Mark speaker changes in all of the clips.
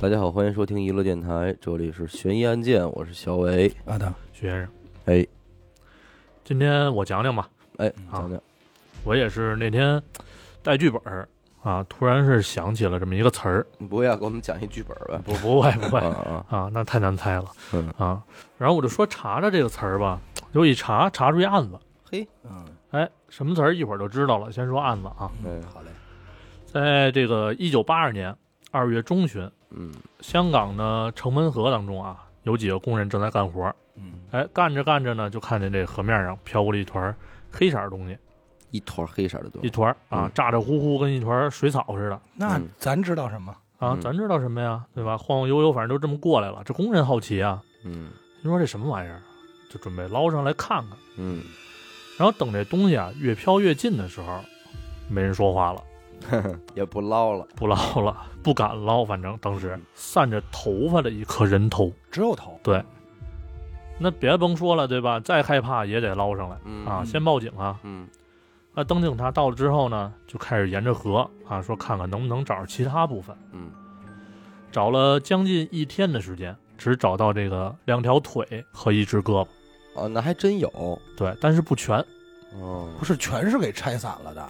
Speaker 1: 大家好，欢迎收听娱乐电台，这里是悬疑案件，我是小伟。
Speaker 2: 阿达，
Speaker 3: 徐先生，
Speaker 1: 哎
Speaker 3: 今天我讲讲吧，
Speaker 1: 哎，
Speaker 3: 好
Speaker 1: 讲讲，
Speaker 3: 我也是那天带剧本儿啊，突然是想起了这么一个 词儿，
Speaker 1: 你不会要给我们讲一剧本吧？
Speaker 3: 不不会不
Speaker 1: 啊
Speaker 3: 会
Speaker 1: 啊，
Speaker 3: 啊，那太难猜了
Speaker 1: 嗯
Speaker 3: 啊。然后我就说查查这个词儿吧，结果一查查出一案子，
Speaker 1: 嘿，
Speaker 2: 嗯
Speaker 3: 哎，什么词儿一会儿就知道了。先说案子啊，
Speaker 1: 嗯
Speaker 2: 好嘞，
Speaker 3: 在这个一九八二年二月中旬，
Speaker 1: 嗯
Speaker 3: 香港的城门河当中啊，有几个工人正在干活儿，
Speaker 2: 嗯，
Speaker 3: 哎，干着干着呢，就看见这河面上飘过了一团儿黑色儿的东西，
Speaker 1: 一坨黑色的东
Speaker 3: 一
Speaker 1: 西，
Speaker 3: 团儿啊
Speaker 1: 嗯，
Speaker 3: 咋咋呼呼跟一团儿水草似的。
Speaker 2: 那
Speaker 1: 嗯
Speaker 2: 咱知道什么？
Speaker 3: 啊
Speaker 1: 嗯，
Speaker 3: 咱知道什么呀，对吧？晃晃悠悠，反正都这么过来了。这工人好奇啊，
Speaker 1: 嗯
Speaker 3: 你说这什么玩意儿，就准备捞上来看看。
Speaker 1: 嗯，
Speaker 3: 然后等这东西啊越飘越近的时候，没人说话了，
Speaker 1: 也不捞了，
Speaker 3: 不捞了， 不敢捞。反正当时散着头发的一颗人头，
Speaker 2: 只有头，
Speaker 3: 那别甭说了，对吧？再害怕也得捞上来
Speaker 1: 嗯
Speaker 3: 啊！先报警啊！
Speaker 1: 嗯
Speaker 3: 那等警察到了之后呢，就开始沿着河啊，说看看能不能找着其他部分。
Speaker 1: 嗯
Speaker 3: 找了将近一天的时间，只找到这个两条腿和一只胳膊。
Speaker 1: 哦，那还真有
Speaker 3: 对，但是不全。
Speaker 1: 哦
Speaker 2: 不，是全是给拆散了的。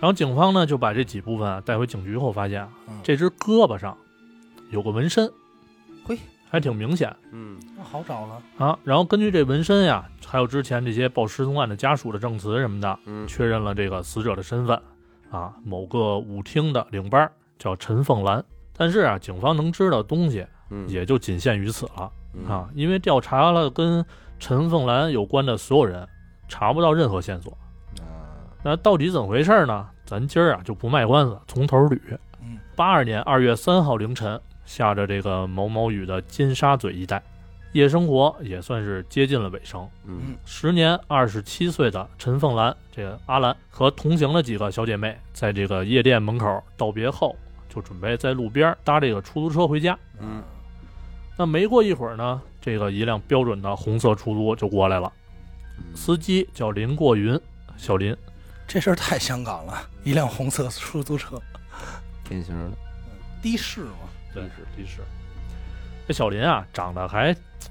Speaker 3: 然后警方呢就把这几部分啊带回警局后，发现啊
Speaker 2: 嗯
Speaker 3: 这只胳膊上有个纹身，
Speaker 1: 嘿，
Speaker 3: 还挺明显
Speaker 1: 嗯
Speaker 2: 那好找了，
Speaker 3: 啊。然后根据这纹身呀，还有之前这些报失踪案的家属的证词什么的，
Speaker 1: 嗯
Speaker 3: 确认了这个死者的身份啊，某个舞厅的领班儿叫陈凤兰。但是啊，警方能知道的东西
Speaker 1: 嗯
Speaker 3: 也就仅限于此了
Speaker 1: 嗯
Speaker 3: 啊，因为调查了跟陈凤兰有关的所有人，查不到任何线索。
Speaker 1: 啊
Speaker 3: 那到底怎么回事呢？咱今儿啊就不卖关子，从头捋。
Speaker 2: 嗯，
Speaker 3: 八二年二月三号凌晨，下着这个毛毛雨的金沙嘴一带，夜生活也算是接近了尾声。
Speaker 1: 嗯
Speaker 3: 时年二十七岁的陈凤兰，这个阿兰和同行的几个小姐妹，在这个夜店门口道别后，就准备在路边搭这个出租车回家。
Speaker 2: 啊
Speaker 1: 嗯
Speaker 3: 那没过一会儿呢，这个一辆标准的红色出租就过来了，
Speaker 1: 嗯
Speaker 3: 司机叫林过云，小林。
Speaker 2: 这事儿太香港了，一辆红色出租车，
Speaker 1: 典型的，
Speaker 2: 的士嘛，
Speaker 3: 对
Speaker 1: 历，
Speaker 3: 历史。这小林啊，长得还嘖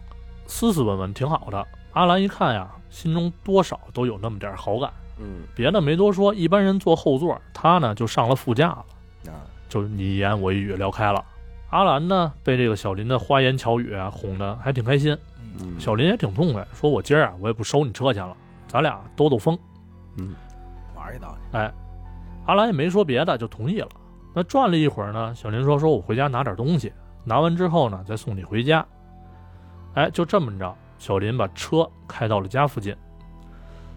Speaker 3: 斯斯文文，挺好的。阿兰一看呀，心中多少都有那么点好感。
Speaker 1: 嗯
Speaker 3: 别的没多说，一般人坐后座，他呢就上了副驾了，
Speaker 1: 啊
Speaker 3: 就你一言我一语聊开了。阿兰呢，被这个小林的花言巧语啊哄得还挺开心，
Speaker 2: 嗯，
Speaker 1: 嗯
Speaker 3: 小林也挺痛快，说我今儿啊我也不收你车钱了，咱俩兜兜风。
Speaker 1: 嗯
Speaker 2: 玩一道去，
Speaker 3: 阿兰也没说别的，就同意了。那转了一会儿呢，小林说：“说我回家拿点东西，拿完之后呢，再送你回家。”哎，就这么着，小林把车开到了家附近。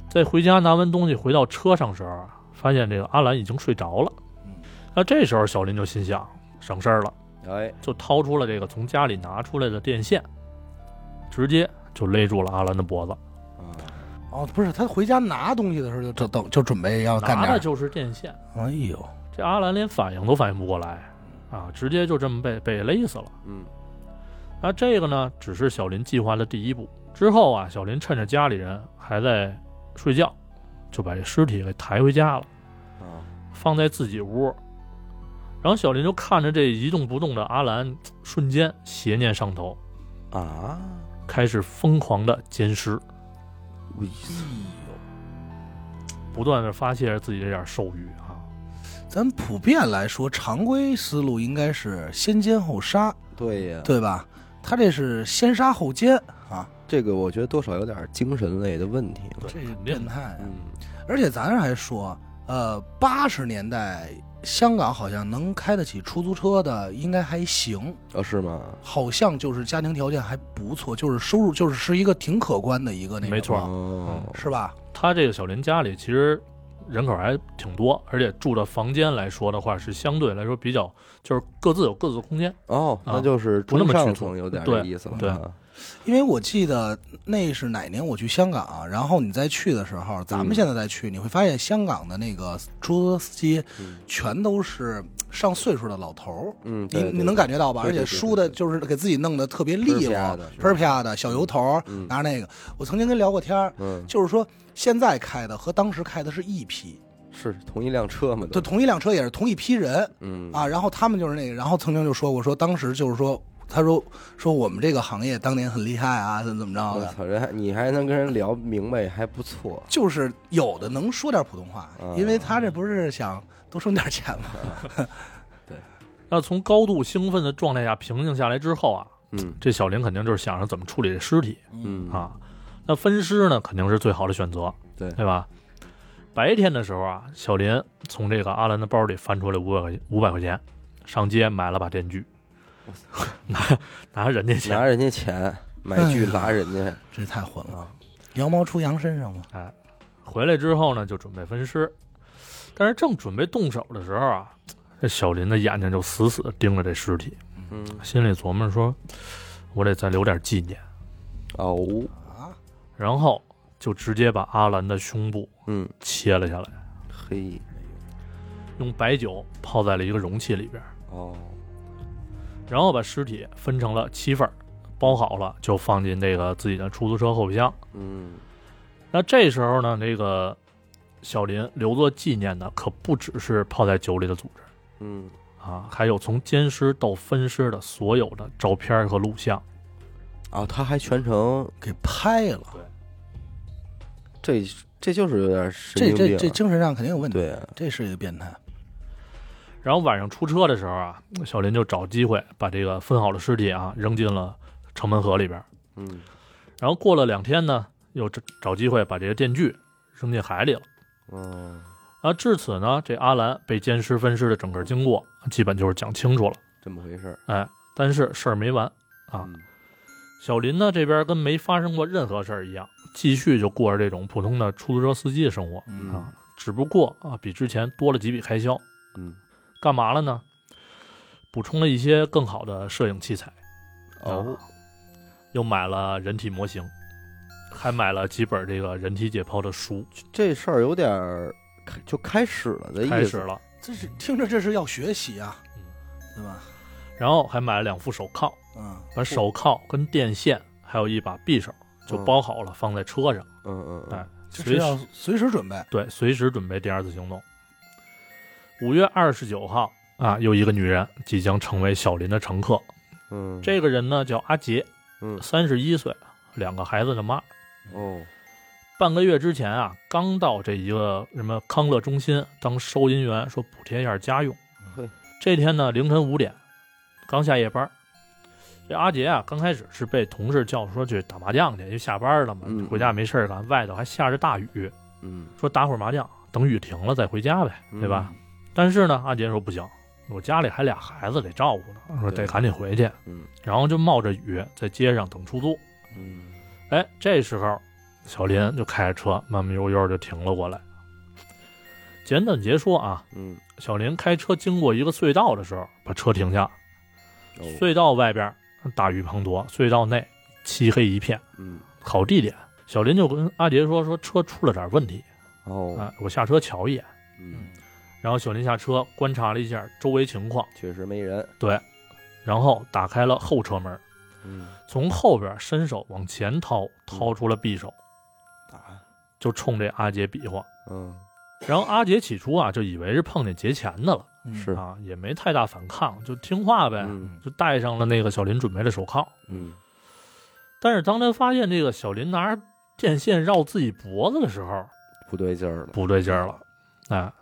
Speaker 3: 在回家拿完东西回到车上时候啊，发现这个阿兰已经睡着了
Speaker 2: 嗯。
Speaker 3: 那这时候小林就心想省事儿了，
Speaker 1: 哎
Speaker 3: 就掏出了这个从家里拿出来的电线，直接就勒住了阿兰的脖子。
Speaker 1: 啊
Speaker 2: 哦，不是，他回家拿东西的时候就就等就准备要干
Speaker 3: 拿的
Speaker 2: 点，
Speaker 3: 就是电线，
Speaker 2: 哎呦，
Speaker 3: 这阿兰连反应都反应不过来啊，直接就这么被被勒死了。
Speaker 1: 嗯
Speaker 3: 那这个呢，只是小林计划的第一步。之后啊，小林趁着家里人还在睡觉，就把这尸体给抬回家了，
Speaker 1: 啊
Speaker 3: 放在自己屋。然后小林就看着这一动不动的阿兰，瞬间邪念上头，
Speaker 1: 啊，
Speaker 3: 开始疯狂的奸尸，
Speaker 1: 我
Speaker 3: 不断的发泄着自己这点兽欲啊。
Speaker 2: 咱普遍来说，常规思路应该是先奸后杀，
Speaker 1: 对呀，
Speaker 2: 对吧？他这是先杀后奸啊，
Speaker 1: 这个我觉得多少有点精神类的问题了，
Speaker 3: 对
Speaker 2: 这是
Speaker 3: 肯定
Speaker 2: 变
Speaker 3: 的
Speaker 2: 态啊。
Speaker 1: 嗯
Speaker 2: 而且咱还说，呃，八十年代香港好像能开得起出租车的应该还行，
Speaker 1: 哦是吗？
Speaker 2: 好像就是家庭条件还不错，就是收入就是是一个挺可观的一个那个，
Speaker 3: 没错
Speaker 1: 哦
Speaker 2: 是吧？
Speaker 3: 他这个小林家里其实人口还挺多，而且住的房间来说的话，是相对来说比较就是各自有各自的空间。
Speaker 1: 哦，
Speaker 3: 啊
Speaker 1: 那就是
Speaker 3: 不那么
Speaker 1: 中
Speaker 3: 局
Speaker 1: 上
Speaker 3: 促
Speaker 1: 层有点
Speaker 3: 对
Speaker 1: 这意思了。
Speaker 3: 对
Speaker 1: 啊
Speaker 2: 因为我记得那是哪年我去香港、啊然后你再去的时候，咱
Speaker 3: 嗯
Speaker 2: 们现在再去，你会发现香港的那个出租车司机
Speaker 1: 嗯
Speaker 2: 全都是上岁数的老头儿。
Speaker 1: 嗯，
Speaker 2: 你
Speaker 1: 对
Speaker 2: 你能感觉到吧？
Speaker 1: 对
Speaker 2: 而
Speaker 1: 对
Speaker 2: 且
Speaker 1: 对
Speaker 2: 梳
Speaker 1: 对
Speaker 2: 的
Speaker 1: 对
Speaker 2: 就是给自己弄得特别利
Speaker 1: 喷儿啪
Speaker 2: 落
Speaker 1: 的是，
Speaker 2: 喷儿啪的小油头儿，
Speaker 1: 嗯
Speaker 2: 拿着那个。我曾经跟聊过天儿，
Speaker 1: 嗯
Speaker 2: 就是说现在开的和当时开的是一批，
Speaker 1: 是同一辆车嘛？都
Speaker 2: 对，，同一辆车也是同一批人
Speaker 1: 嗯
Speaker 2: 啊。然后他们就是那个，然后曾经就说过，说当时就是说，他说说我们这个行业当年很厉害啊，怎么怎么着
Speaker 1: 我
Speaker 2: 的，
Speaker 1: 操，人还你还能跟人聊明白，还不错。
Speaker 2: 就是有的能说点普通话
Speaker 1: 嗯，
Speaker 2: 因为他这不是想多挣点钱 嘛。
Speaker 3: 那从高度兴奋的状态下平静下来之后啊，
Speaker 1: 嗯
Speaker 3: 这小林肯定就是想着怎么处理这尸体
Speaker 1: 嗯，
Speaker 3: 啊。那分尸呢，肯定是最好的选择，
Speaker 1: 对
Speaker 3: 对吧？白天的时候啊，小林从这个阿兰的包里翻出来五百块五百块钱，上街买了把电锯， 拿拿人家钱
Speaker 1: 拿人家钱买剧拉人家，
Speaker 2: 这太混了，羊毛出羊身上嘛。
Speaker 3: 回来之后呢，就准备分尸，但是正准备动手的时候啊，这小林的眼睛就死死地盯着这尸体，
Speaker 1: 嗯，
Speaker 3: 心里琢磨说：“我得再留点纪念。
Speaker 1: 哦，
Speaker 2: 啊，”
Speaker 3: 然后就直接把阿兰的胸部
Speaker 1: 嗯，
Speaker 3: 切了下来，
Speaker 1: 嘿，
Speaker 3: 用白酒泡在了一个容器里边，
Speaker 1: 哦，
Speaker 3: 然后把尸体分成了七份儿，包好了就放进这个自己的出租车后备箱。
Speaker 1: 嗯，
Speaker 3: 那这时候呢，这个小林留作纪念的可不只是泡在酒里的组织。
Speaker 1: 嗯，
Speaker 3: 啊，还有从奸尸到分尸的所有的照片和录像。
Speaker 1: 啊，他还全程，
Speaker 2: 给拍了，
Speaker 1: 这这就是有点神
Speaker 2: 这
Speaker 1: 经病
Speaker 2: 这
Speaker 1: 啊，
Speaker 2: 这精神上肯定有问题。
Speaker 1: 对啊，
Speaker 2: 这是一个变态。
Speaker 3: 然后晚上出车的时候啊，小林就找机会把这个分好的尸体啊扔进了城门河里边儿。
Speaker 1: 嗯，
Speaker 3: 然后过了两天呢，又找找机会把这个电锯扔进海里了。
Speaker 1: 哦，
Speaker 3: 啊，至此呢，这阿兰被奸尸分尸的整个经过基本就是讲清楚了。
Speaker 1: 这么回事儿
Speaker 3: 哎，但是事儿没完，啊，
Speaker 1: 嗯
Speaker 3: 小林呢这边跟没发生过任何事儿一样，继续就过着这种普通的出租车司机的生活。
Speaker 1: 嗯
Speaker 3: 啊，只不过啊比之前多了几笔开销，
Speaker 1: 嗯，
Speaker 3: 干嘛了呢？补充了一些更好的摄影器材，
Speaker 1: 哦，
Speaker 3: 又买了人体模型，还买了几本这个人体解剖的书，
Speaker 1: 这事儿有点儿开就开始了的意思，
Speaker 3: 开始了，
Speaker 2: 这是听着这是要学习啊
Speaker 3: 嗯，
Speaker 2: 对吧？
Speaker 3: 然后还买了两副手铐，
Speaker 2: 嗯，
Speaker 3: 把手铐跟电线还有一把匕首就包好了，放在车上，
Speaker 1: 嗯嗯嗯
Speaker 3: 哎，
Speaker 2: 就是
Speaker 3: 随
Speaker 2: 要
Speaker 3: 时
Speaker 2: 随时准备。
Speaker 3: 对随时准备第二次行动。五月二十九号啊，有一个女人即将成为小林的乘客，
Speaker 1: 嗯，
Speaker 3: 这个人呢叫阿杰，
Speaker 1: 嗯
Speaker 3: 三十一岁，两个孩子的妈。
Speaker 1: 哦，
Speaker 3: 半个月之前啊，刚到这一个什么康乐中心当收银员，说补贴一下家用
Speaker 1: 嘿。
Speaker 3: 这天呢，凌晨五点，刚下夜班儿。这阿杰啊，刚开始是被同事叫说去打麻将去，因为下班了嘛
Speaker 1: 嗯，
Speaker 3: 回家没事儿干，外头还下着大雨，
Speaker 1: 嗯，
Speaker 3: 说打会儿麻将，等雨停了再回家呗，
Speaker 1: 嗯
Speaker 3: 对吧？？但是呢，阿杰说不行，我家里还俩孩子得照顾呢，说
Speaker 1: 对
Speaker 3: 得赶紧回去。
Speaker 1: 嗯
Speaker 3: 然后就冒着雨在街上等出租。
Speaker 1: 嗯，
Speaker 3: 哎，这时候小林就开着车慢慢悠悠就停了过来。简短截说啊，
Speaker 1: 嗯，
Speaker 3: 小林开车经过一个隧道的时候，把车停下。
Speaker 1: 哦，
Speaker 3: 隧道外边大雨滂沱，隧道内漆黑一片，
Speaker 1: 嗯，
Speaker 3: 好地点。小林就跟阿杰说：“说车出了点问题，
Speaker 1: 哦，
Speaker 3: 哎，我下车瞧一眼。
Speaker 1: 嗯，”
Speaker 3: 然后小林下车观察了一下周围情况，
Speaker 1: 确实没人，
Speaker 3: 对，然后打开了后车门，
Speaker 1: 嗯
Speaker 3: 从后边伸手往前掏，掏出了匕首，
Speaker 1: 啊，
Speaker 3: 就冲这阿杰比划。
Speaker 1: 嗯，
Speaker 3: 然后阿杰起初啊，就以为是碰见劫钱的了
Speaker 2: 嗯
Speaker 1: 是
Speaker 3: 啊，也没太大反抗，就听话呗，
Speaker 1: 嗯
Speaker 3: 就戴上了那个小林准备的手铐。
Speaker 1: 嗯，
Speaker 3: 但是当他发现这个小林拿着电线绕自己脖子的时候，
Speaker 1: 不对劲儿了，
Speaker 3: 不对劲儿了，哎，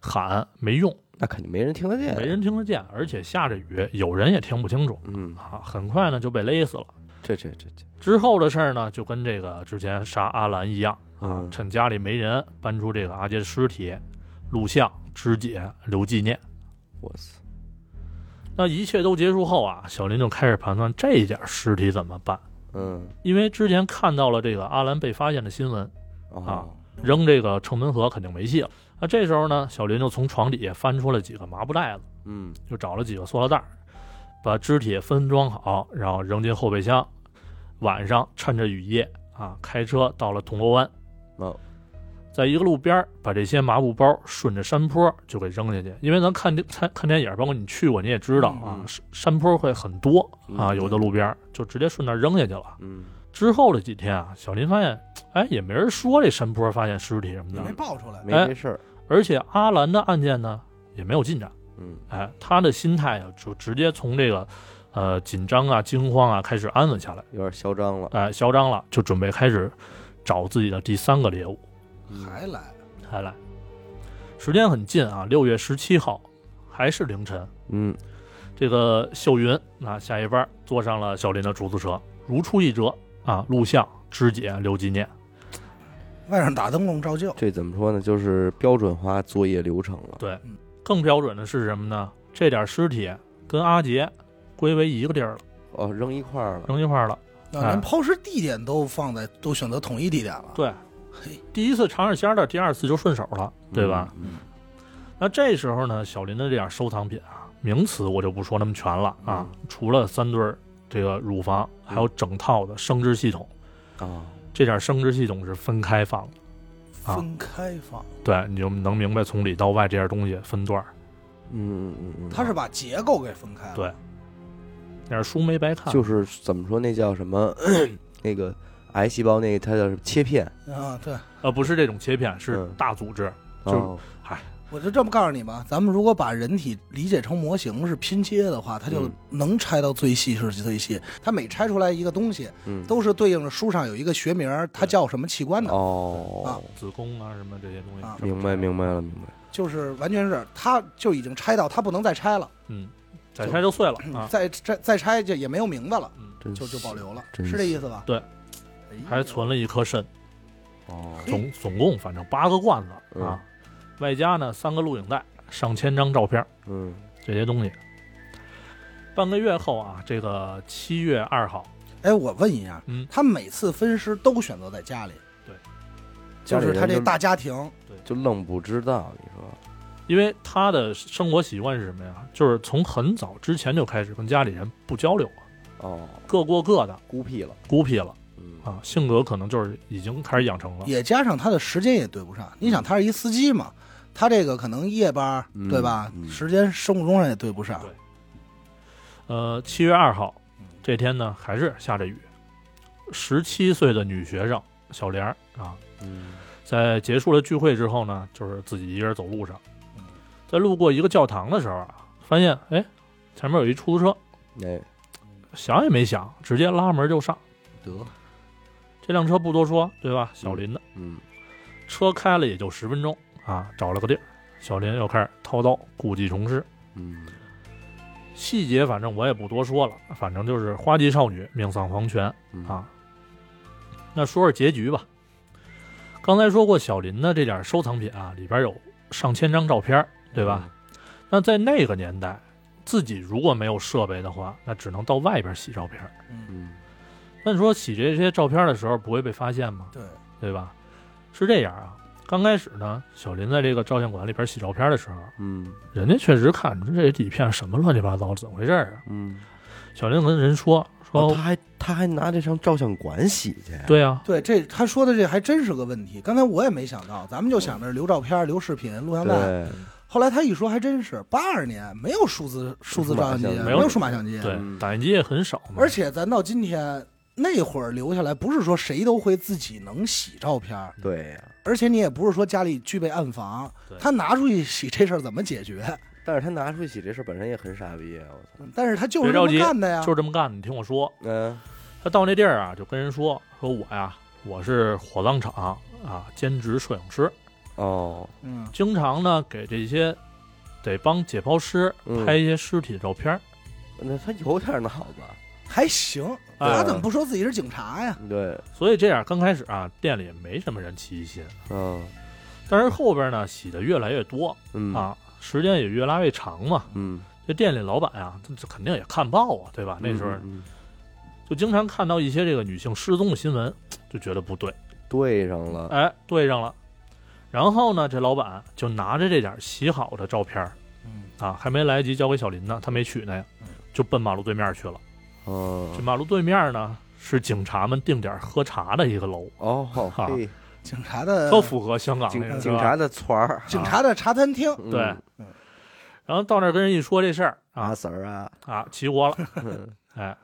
Speaker 3: 喊没用，
Speaker 1: 那肯定没人听得见，
Speaker 3: 没人听得见，而且下着雨，有人也听不清楚
Speaker 1: 嗯，
Speaker 3: 啊。很快呢就被勒死了。
Speaker 1: 这这这这，
Speaker 3: 之后的事儿呢，就跟这个之前杀阿兰一样啊
Speaker 1: 嗯，
Speaker 3: 趁家里没人，搬出这个阿杰的尸体、录像、肢解、留纪念。
Speaker 1: 我操，
Speaker 3: 那一切都结束后啊，小林就开始盘算这点尸体怎么办，
Speaker 1: 嗯，
Speaker 3: 因为之前看到了这个阿兰被发现的新闻，
Speaker 1: 哦
Speaker 3: 啊，扔这个城门河肯定没戏了。那这时候呢，小林就从床底下翻出了几个麻布袋子，
Speaker 1: 嗯，
Speaker 3: 就找了几个塑料袋儿，把肢体分装好，然后扔进后备箱。晚上趁着雨夜啊，开车到了铜锣湾，
Speaker 1: 哦，
Speaker 3: 在一个路边儿把这些麻布包顺着山坡就给扔下去，因为咱看电看看电影，包括你去过你也知道啊
Speaker 1: 嗯，
Speaker 3: 山山坡会很多啊，
Speaker 1: 嗯
Speaker 3: 有的路边儿就直接顺那儿扔下去了。
Speaker 1: 嗯，
Speaker 3: 之后的几天啊，小林发现，哎，也没人说这山坡发现尸体什么
Speaker 2: 也没
Speaker 3: 的，
Speaker 2: 爆出来。
Speaker 1: 没
Speaker 3: 哎
Speaker 1: 这事儿，
Speaker 3: 而且阿兰的案件呢也没有进展。
Speaker 1: 嗯
Speaker 3: 哎，他的心态啊，就直接从这个呃紧张啊、惊慌啊开始安稳下来，
Speaker 1: 有点嚣张了，
Speaker 3: 哎，嚣张了，就准备开始找自己的第三个猎物嗯
Speaker 2: 还来，
Speaker 3: 还来。时间很近啊，六月十七号，还是凌晨。
Speaker 1: 嗯
Speaker 3: 这个秀云啊，下一班坐上了小林的出租车，如出一辙啊，录像、肢解、留纪念，
Speaker 2: 外甥打灯笼照
Speaker 3: 哎
Speaker 2: 旧。
Speaker 1: 这怎么说呢？就是标准化作业流程了。
Speaker 3: 更标准的是什么呢？这点尸体跟阿杰归为一个地儿了，
Speaker 1: 哦，扔一块儿了，
Speaker 3: 扔一块儿了。
Speaker 2: 啊，
Speaker 3: 哎
Speaker 2: 连抛尸地点都放在都选择统一地点了。
Speaker 3: 对，
Speaker 2: 嘿，
Speaker 3: 第一次尝着鲜儿的，第二次就顺手了，对吧？
Speaker 1: 嗯？嗯
Speaker 3: 那这时候呢，小林的这点收藏品啊，名词我就不说那么全了啊，
Speaker 1: 嗯
Speaker 3: 除了三对儿这个乳房，还有整套的生殖系统，
Speaker 1: 啊，
Speaker 3: 这点生殖系统是分开放的。啊
Speaker 2: 分开放，
Speaker 3: 对，你就能明白从里到外这点东西分段儿。
Speaker 1: 嗯嗯嗯嗯，
Speaker 2: 他是把结构给分开了。
Speaker 3: 对但是书没白 看，
Speaker 1: 就是怎么说那叫什么 那个癌细胞那个它叫什么切片，
Speaker 2: 啊，对，
Speaker 3: 呃，不是这种切片，是
Speaker 1: 嗯
Speaker 3: 大组织。就是
Speaker 1: 哦
Speaker 2: 我就这么告诉你吧，咱们如果把人体理解成模型是拼接的话，它就
Speaker 1: 嗯
Speaker 2: 能拆到最细是最细。它每拆出来一个东西，
Speaker 1: 嗯
Speaker 2: 都是对应着书上有一个学名，它叫什么器官的，
Speaker 1: 哦，
Speaker 3: 子宫啊，什么这些东西
Speaker 2: 啊，
Speaker 1: 明白明白了明白了，
Speaker 2: 就是完全是它就已经拆到它不能再拆了，嗯
Speaker 3: 嗯，再拆就碎了啊。
Speaker 2: 再拆再拆就也没有名字了，
Speaker 3: 嗯，
Speaker 1: 真
Speaker 2: 就就保留了，
Speaker 1: 真
Speaker 2: 是
Speaker 1: 是
Speaker 2: 这意思吧？
Speaker 3: 对
Speaker 2: 哎
Speaker 1: 嗯
Speaker 2: 呦，
Speaker 3: 还存了一颗肾，
Speaker 1: 哦，
Speaker 3: 总总共反正八个罐子
Speaker 1: 嗯
Speaker 3: 啊，外加呢三个录影带，上千张照片。
Speaker 1: 嗯
Speaker 3: 这些东西。半个月后啊，这个七月二号，
Speaker 2: 哎，我问一下，
Speaker 3: 嗯
Speaker 2: 他每次分尸都选择在家里，
Speaker 3: 对，
Speaker 2: 就是他
Speaker 1: 家里
Speaker 2: 这
Speaker 1: 人啊
Speaker 2: 大家庭，
Speaker 1: 就愣不知道，你说
Speaker 3: 因为他的生活习惯是什么呀？就是从很早之前就开始跟家里人不交流了，
Speaker 1: 哦，
Speaker 3: 各过各的，
Speaker 1: 孤僻了，
Speaker 3: 孤僻了
Speaker 1: 嗯
Speaker 3: 啊，性格可能就是已经开始养成了。
Speaker 2: 也加上他的时间也对不上。你想，他是一司机嘛，他这个可能夜班，
Speaker 1: 嗯
Speaker 2: 对吧？
Speaker 1: 嗯
Speaker 2: 时间生物钟上也对不上
Speaker 3: 对。呃，七月二号
Speaker 2: 嗯
Speaker 3: 这天呢，还是下着雨，十七岁的女学生小莲儿啊，
Speaker 1: 嗯
Speaker 3: 在结束了聚会之后呢，就是自己一个人走路上
Speaker 2: 嗯，
Speaker 3: 在路过一个教堂的时候啊，发现哎，前面有一出租车，
Speaker 1: 哎
Speaker 3: 想也没想，直接拉门就上。
Speaker 1: 得
Speaker 3: 这辆车不多说，对吧？小林的、
Speaker 1: 嗯
Speaker 3: 车开了也就十分钟啊，找了个地儿，小林又开始掏刀，故技重施。
Speaker 1: 嗯
Speaker 3: 细节反正我也不多说了，反正就是花季少女命丧黄泉
Speaker 1: 嗯
Speaker 3: 啊。那说说结局吧。刚才说过，小林的这点收藏品啊，里边有上千张照片，对
Speaker 1: 嗯
Speaker 3: 吧？？那在那个年代，自己如果没有设备的话，那只能到外边洗照片。
Speaker 2: 嗯，
Speaker 1: 嗯
Speaker 3: 那你说洗这些照片的时候不会被发现吗？
Speaker 2: 对，
Speaker 3: 对吧？是这样啊，刚开始呢，小林在这个照相馆里边洗照片的时候，
Speaker 1: 嗯
Speaker 3: 人家确实看这底片什么乱七八糟，怎么回事儿啊？
Speaker 1: 嗯，
Speaker 3: 小林跟人说说，
Speaker 1: 哦，他还他还拿这上照相馆洗去，啊
Speaker 3: 对啊呀、
Speaker 2: 对，这他说的这还真是个问题。刚才我也没想到，咱们就想着留照片、留视频、录像带。
Speaker 1: 对，
Speaker 2: 后来他一说，还真是八二年没有数字数字照相机，啊
Speaker 1: 数码相机
Speaker 2: 没
Speaker 3: 没有
Speaker 2: 数码相机，
Speaker 3: 对，
Speaker 1: 嗯
Speaker 3: 打印机也很少嘛，
Speaker 2: 而且咱到今天那会儿留下来，不是说谁都会自己能洗照片儿，
Speaker 1: 对呀，
Speaker 2: 而且你也不是说家里具备暗房
Speaker 3: 对，
Speaker 2: 他拿出去洗这事儿怎么解决？
Speaker 1: 但是他拿出去洗这事儿本身也很傻逼啊，我操，
Speaker 2: 但是他就是这
Speaker 3: 别着急
Speaker 2: 么干的呀
Speaker 3: 嗯就。是这么干的。你听我说，
Speaker 1: 嗯
Speaker 3: 他到那地儿啊，就跟人说说我呀，我是火葬场啊兼职摄影师，
Speaker 1: 哦，
Speaker 2: 嗯，
Speaker 3: 经常呢给这些得帮解剖师
Speaker 1: 嗯
Speaker 3: 拍一些尸体照片儿。
Speaker 1: 那他有点脑子，
Speaker 2: 还行。
Speaker 3: 哎
Speaker 2: 他怎么不说自己是警察呀？
Speaker 1: 对，啊
Speaker 3: 所以这样刚开始啊，店里也没什么人起疑心，
Speaker 1: 嗯
Speaker 3: 但是后边呢洗的越来越多，
Speaker 1: 嗯
Speaker 3: 啊，时间也越拉越长嘛。
Speaker 1: 嗯，
Speaker 3: 这店里老板啊，这这肯定也看报啊，对吧？那时候
Speaker 1: 嗯嗯
Speaker 3: 就经常看到一些这个女性失踪的新闻，就觉得不对，
Speaker 1: 对上了，
Speaker 3: 哎，对上了。然后呢，这老板就拿着这点洗好的照片儿
Speaker 2: 嗯，
Speaker 3: 啊，还没来得及交给小林呢，他没取呢，就奔马路对面去了。这
Speaker 1: 嗯，
Speaker 3: 马路对面呢是警察们定点喝茶的一个楼，
Speaker 1: 哦，嘿，
Speaker 2: 警察的
Speaker 3: 都符合香港啊那
Speaker 1: 呃警
Speaker 3: 个
Speaker 1: 警。
Speaker 3: 是吧
Speaker 1: 察的团儿，
Speaker 2: 警察的茶餐厅，
Speaker 1: 嗯
Speaker 3: 对啊然后到那儿跟人一说这事儿
Speaker 1: 阿
Speaker 3: 啊
Speaker 1: Sir 啊，
Speaker 3: 啊，齐活了。
Speaker 1: 嗯
Speaker 3: 哎，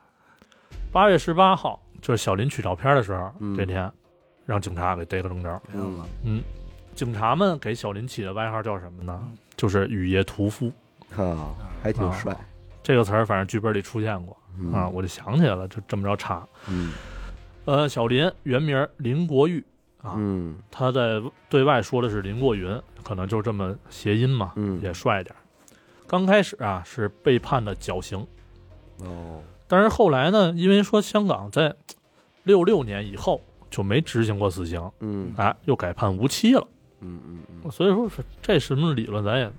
Speaker 3: 八月十八号就是小林取照片的时候，
Speaker 1: 嗯
Speaker 3: 这天让警察给逮个正着。
Speaker 2: 这样子，
Speaker 3: 警察们给小林起的外号叫什么
Speaker 1: 嗯
Speaker 3: 呢？就是雨夜屠夫
Speaker 1: 啊，还挺帅，
Speaker 3: 这个词儿，反正剧本里出现过
Speaker 1: 嗯
Speaker 3: 啊，，我就想起来了，就这么着查。
Speaker 1: 嗯
Speaker 3: 呃，小林原名林国玉啊，
Speaker 1: 嗯
Speaker 3: 他在对外说的是林过云，可能就是这么谐音嘛，
Speaker 1: 嗯，
Speaker 3: 也帅点儿。刚开始啊是被判的绞刑，
Speaker 1: 哦，
Speaker 3: 但是后来呢，因为说香港在六六年以后就没执行过死刑，
Speaker 1: 嗯
Speaker 3: 哎，又改判无期了。
Speaker 1: 嗯嗯嗯，
Speaker 3: 所以说是这什么理论咱也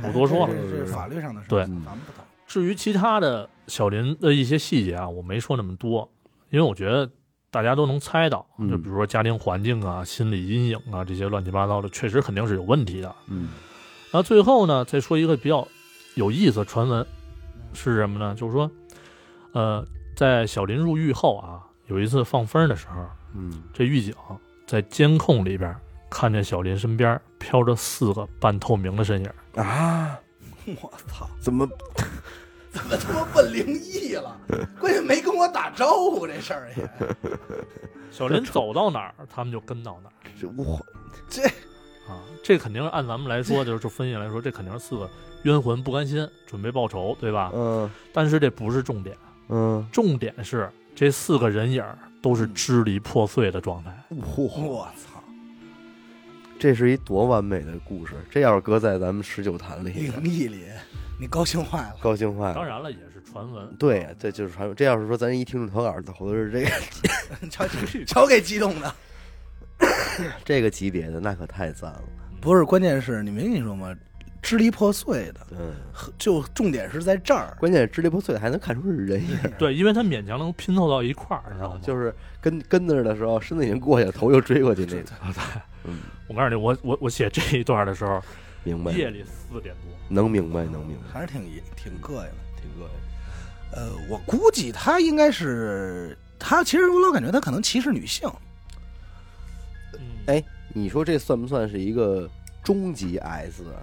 Speaker 3: 不多说了。
Speaker 2: 嗯这这是法律上的事，
Speaker 3: 对
Speaker 2: 咱们不懂。
Speaker 3: 至于其他的小林的一些细节啊，我没说那么多，因为我觉得大家都能猜到，
Speaker 1: 嗯
Speaker 3: 就比如说家庭环境啊、心理阴影啊这些乱七八糟的，确实肯定是有问题的。
Speaker 1: 嗯
Speaker 3: 然后最后呢，再说一个比较有意思的传闻是什么呢？就是说，呃，在小林入狱后啊，有一次放风的时候，
Speaker 1: 嗯，
Speaker 3: 这狱警在监控里边看见小林身边飘着四个半透明的身影。
Speaker 1: 啊，
Speaker 2: 我操，
Speaker 1: 怎么
Speaker 2: 怎么他妈奔灵异 了？关键没跟我打招呼这事儿也，
Speaker 3: 小林走到哪儿，他们就跟到哪儿
Speaker 1: 这我
Speaker 3: 啊！这肯定是按咱们来说，就是就分析来说，这肯定是四个冤魂不甘心，准备报仇，对吧？
Speaker 1: 嗯
Speaker 3: 但是这不是重点，
Speaker 1: 嗯，
Speaker 3: 重点是这四个人影都是支离破碎的状态。
Speaker 1: 嗯嚯，
Speaker 2: 我操，
Speaker 1: 这是一多完美的故事！这要是搁在咱们十九坛里，
Speaker 2: 灵异里，你高兴坏 了。
Speaker 1: 高兴坏
Speaker 3: 当
Speaker 1: 了。
Speaker 3: 然了，也是传闻。啊
Speaker 1: 对呀，这就是传说。这要是说咱一听众投稿，投的是这个
Speaker 2: 瞧瞧给激动的。
Speaker 1: 这个级别的，那可太赞了。
Speaker 2: 不是，关键是你没跟你说吗？支离破碎的，
Speaker 1: 嗯，
Speaker 2: 就重点是在这儿。
Speaker 1: 关键是支离破碎的还能看出是人影儿，
Speaker 3: 对，因为他勉强能拼凑到一块儿，你知道吗？
Speaker 1: 啊就是跟跟那儿的时候，身子已经过去了，头又追过去那种。
Speaker 3: 我告诉你，我我我写这一段的时候，
Speaker 1: 明白，
Speaker 3: 夜里四点多，
Speaker 1: 能明白，能明白，
Speaker 2: 还是挺挺膈应的。
Speaker 1: 挺膈应。
Speaker 2: 呃，我估计他应该是他，其实我老感觉他可能歧视女性。
Speaker 3: 嗯，
Speaker 1: 哎，你说这算不算是一个终极 S 啊？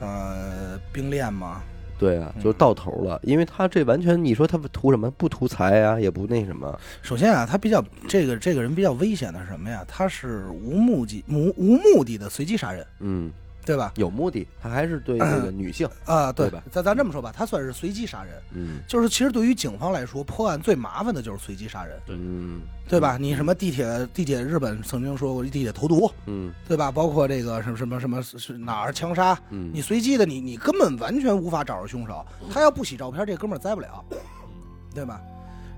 Speaker 2: 呃，冰恋吗？
Speaker 1: 对啊，
Speaker 2: 嗯
Speaker 1: 就是到头了，因为他这完全，你说他不图什么？不图财啊，也不那什么。
Speaker 2: 首先啊，他比较这个这个人比较危险的是什么呀？他是无目的无无目的的随机杀人，
Speaker 1: 嗯，
Speaker 2: 对吧？
Speaker 1: 有目的，他还是对这个女性。
Speaker 2: 啊，对
Speaker 1: 对吧
Speaker 2: 咱咱这么说吧，他算是随机杀人。
Speaker 1: 嗯
Speaker 2: 就是其实对于警方来说，破案最麻烦的就是随机杀人，
Speaker 3: 对
Speaker 1: 嗯
Speaker 2: 对吧？你什么地铁地铁，日本曾经说过地铁投毒，
Speaker 1: 嗯
Speaker 2: 对吧？包括这个什么什么什么是哪儿枪杀，
Speaker 1: 嗯，
Speaker 2: 你随机的，你你根本完全无法找着凶手。他要不洗照片，这哥们儿栽不了，对吧？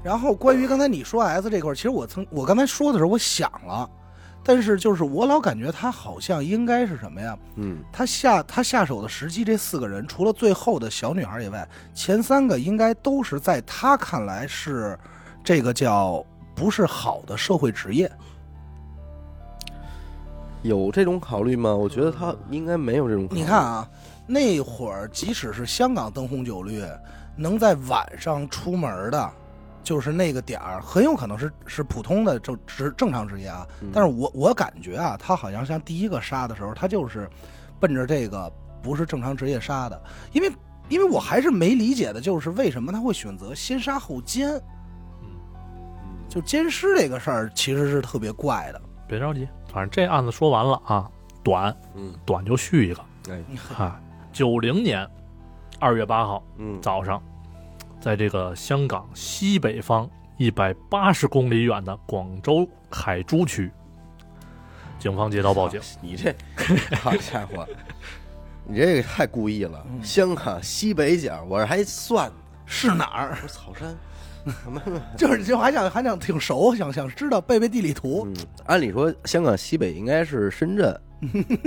Speaker 2: 然后关于刚才你说 S 这块儿，其实我曾我刚才说的时候，我想了，但是就是我老感觉他好像应该是什么呀？
Speaker 1: 嗯
Speaker 2: 他下他下手的时机，这四个人除了最后的小女孩以外，前三个应该都是在他看来是这个叫不是好的社会职业。
Speaker 1: 有这种考虑吗？我觉得他应该没有这种考虑。
Speaker 2: 你看，啊，那会儿即使是香港灯红酒绿，能在晚上出门的，就是那个点儿，很有可能是是普通的正职正常职业啊。
Speaker 1: 嗯
Speaker 2: 但是我我感觉啊，他好像像第一个杀的时候，他就是奔着这个不是正常职业杀的，因为因为我还是没理解的就是为什么他会选择先杀后奸，
Speaker 3: 嗯，
Speaker 1: 嗯
Speaker 2: 就奸尸这个事儿其实是特别怪的。
Speaker 3: 别着急，反正这案子说完了啊，短
Speaker 1: 嗯，
Speaker 3: 短就续一个。
Speaker 1: 哎，
Speaker 3: 啊，九零年二月八号
Speaker 1: 嗯，
Speaker 3: 早上，在这个香港西北方一百八十公里远的广州海珠区，警方接到报警。
Speaker 1: 你这，好家伙，你这个太故意了。 香港西北角，我这还算呢，
Speaker 2: 是哪 儿？
Speaker 1: 我说草山，什么？
Speaker 2: 就是就还想还想挺熟，想想知道背背地理图。
Speaker 1: 嗯，按理说香港西北应该是深圳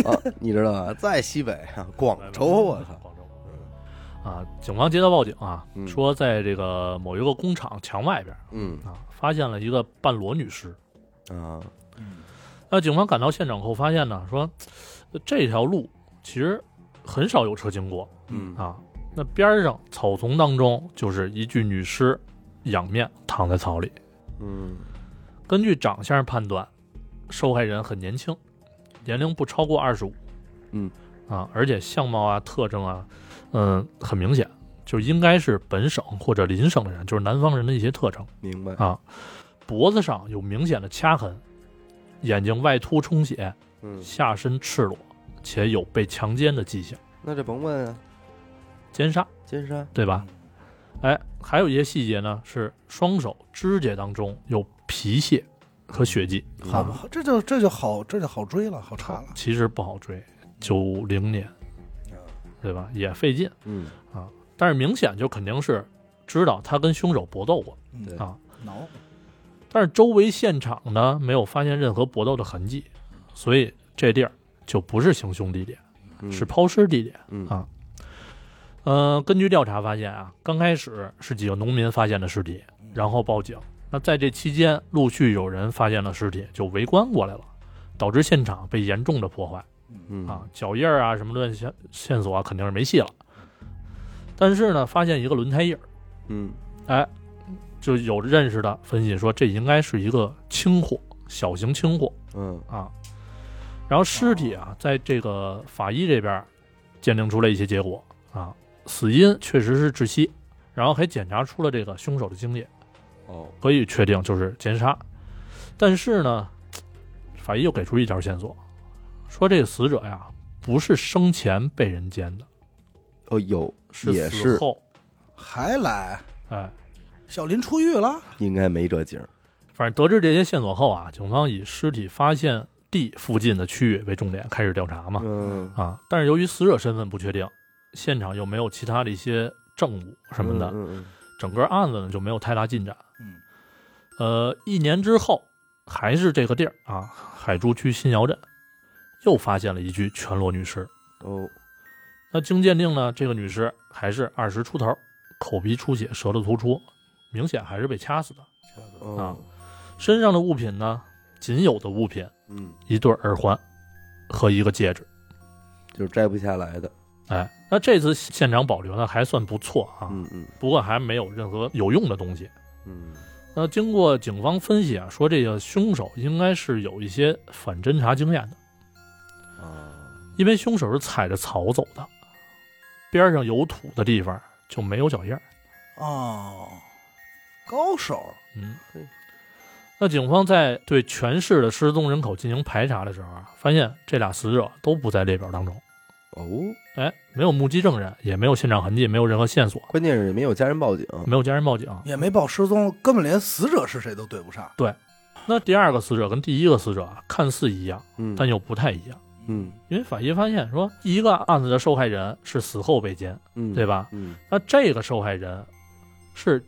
Speaker 1: 啊，你知道吧？在西北啊，广
Speaker 3: 嗯
Speaker 1: 州，我操，
Speaker 3: 广州。啊，警方接到报警啊，
Speaker 1: 嗯
Speaker 3: 说在这个某一个工厂墙外边
Speaker 1: 嗯
Speaker 3: 啊，发现了一个半裸女尸。
Speaker 1: 啊，
Speaker 3: 那警方赶到现场后发现呢，说呃这条路其实很少有车经过，
Speaker 1: 嗯
Speaker 3: 啊，那边儿上草丛当中就是一具女尸，仰面躺在草里。
Speaker 1: 嗯
Speaker 3: 根据长相判断，受害人很年轻，年龄不超过二十五。
Speaker 1: 嗯，
Speaker 3: 啊，而且相貌啊、特征啊，嗯，很明显，就应该是本省或者邻省的人，就是南方人的一些特征。
Speaker 1: 明白。
Speaker 3: 啊，脖子上有明显的掐痕，眼睛外凸充血，
Speaker 1: 嗯，
Speaker 3: 下身赤裸，且有被强奸的迹象，
Speaker 1: 那这甭问啊，
Speaker 3: 奸杀，
Speaker 1: 奸杀，
Speaker 3: 对吧？哎，还有一些细节呢，是双手指甲当中有皮屑和血迹，
Speaker 1: 嗯
Speaker 2: 好吧，这就这就好，这就好追了，好查了。
Speaker 3: 其实不好追，九零年，对吧？也费劲，
Speaker 1: 嗯，
Speaker 3: 但是明显就肯定是知道他跟凶手搏斗过，
Speaker 2: 嗯
Speaker 1: 对
Speaker 3: 啊，
Speaker 2: 挠
Speaker 3: 但是周围现场呢没有发现任何搏斗的痕迹，所以这地儿就不是行凶地点，
Speaker 1: 嗯
Speaker 3: 是抛尸地点。
Speaker 1: 嗯
Speaker 3: 啊呃，根据调查发现啊，刚开始是几个农民发现的尸体，然后报警。那在这期间，陆续有人发现了尸体，就围观过来了，导致现场被严重的破坏
Speaker 1: 嗯
Speaker 3: 啊，脚印儿啊什么乱线线索啊，肯定是没戏了。但是呢，发现一个轮胎印儿，
Speaker 1: 嗯
Speaker 3: 就有认识的分析说，这应该是一个轻货，小型轻货
Speaker 1: 嗯
Speaker 3: 啊。然后尸体
Speaker 1: 哦
Speaker 3: 啊，在这个法医这边儿鉴定出了一些结果啊，死因确实是窒息，然后还检查出了这个凶手的精液，
Speaker 1: 哦，
Speaker 3: 可以确定就是奸杀。但是呢，法医又给出一条线索，说这个死者呀不是生前被人奸的，
Speaker 1: 哦有也
Speaker 3: 死
Speaker 1: 是
Speaker 3: 后。
Speaker 2: 还来，
Speaker 3: 哎，
Speaker 2: 小林出狱了，
Speaker 1: 应该没这景儿，
Speaker 3: 反正得知这些线索后啊，警方以尸体发现地附近的区域为重点开始调查嘛。
Speaker 1: 嗯
Speaker 3: 啊，但是由于死者身份不确定，现场又没有其他的一些证物什么的，
Speaker 1: 嗯嗯
Speaker 3: 整个案子呢就没有太大进展。
Speaker 2: 嗯，
Speaker 3: 呃，一年之后，还是这个地儿啊，海珠区新窑镇，又发现了一具全裸女尸。
Speaker 1: 哦
Speaker 3: 那经鉴定呢，这个女尸还是二十出头，口鼻出血，舌头突出，明显还是被掐死的。
Speaker 1: 哦
Speaker 3: 身上的物品呢，仅有的物品
Speaker 1: 嗯，
Speaker 3: 一对耳环和一个戒指。
Speaker 1: 就是摘不下来的，
Speaker 3: 哎，那这次现场保留呢还算不错啊，
Speaker 1: 嗯嗯
Speaker 3: 不过还没有任何有用的东西。
Speaker 1: 嗯
Speaker 3: 那经过警方分析啊，说这个凶手应该是有一些反侦查经验的，
Speaker 1: 啊，
Speaker 3: 因为凶手是踩着草走的，边上有土的地方就没有脚印儿。
Speaker 2: 哦，高手，
Speaker 3: 嗯
Speaker 1: 嘿，
Speaker 3: 那警方在对全市的失踪人口进行排查的时候啊，发现这俩死者都不在列表当中。
Speaker 1: 哦，
Speaker 3: 哎，没有目击证人，也没有现场痕迹，没有任何线索，
Speaker 1: 关键是也没有家人报警，
Speaker 3: 没有家人报警。
Speaker 2: 也没报失踪，根本连死者是谁都对不上。
Speaker 3: 那第二个死者跟第一个死者啊，看似一样，
Speaker 1: 嗯
Speaker 3: 但又不太一样。
Speaker 1: 嗯
Speaker 3: 因为法医发现说，一个案子的受害人是死后被奸，
Speaker 1: 嗯
Speaker 3: 对？吧？
Speaker 1: 嗯
Speaker 3: 那这个受害人是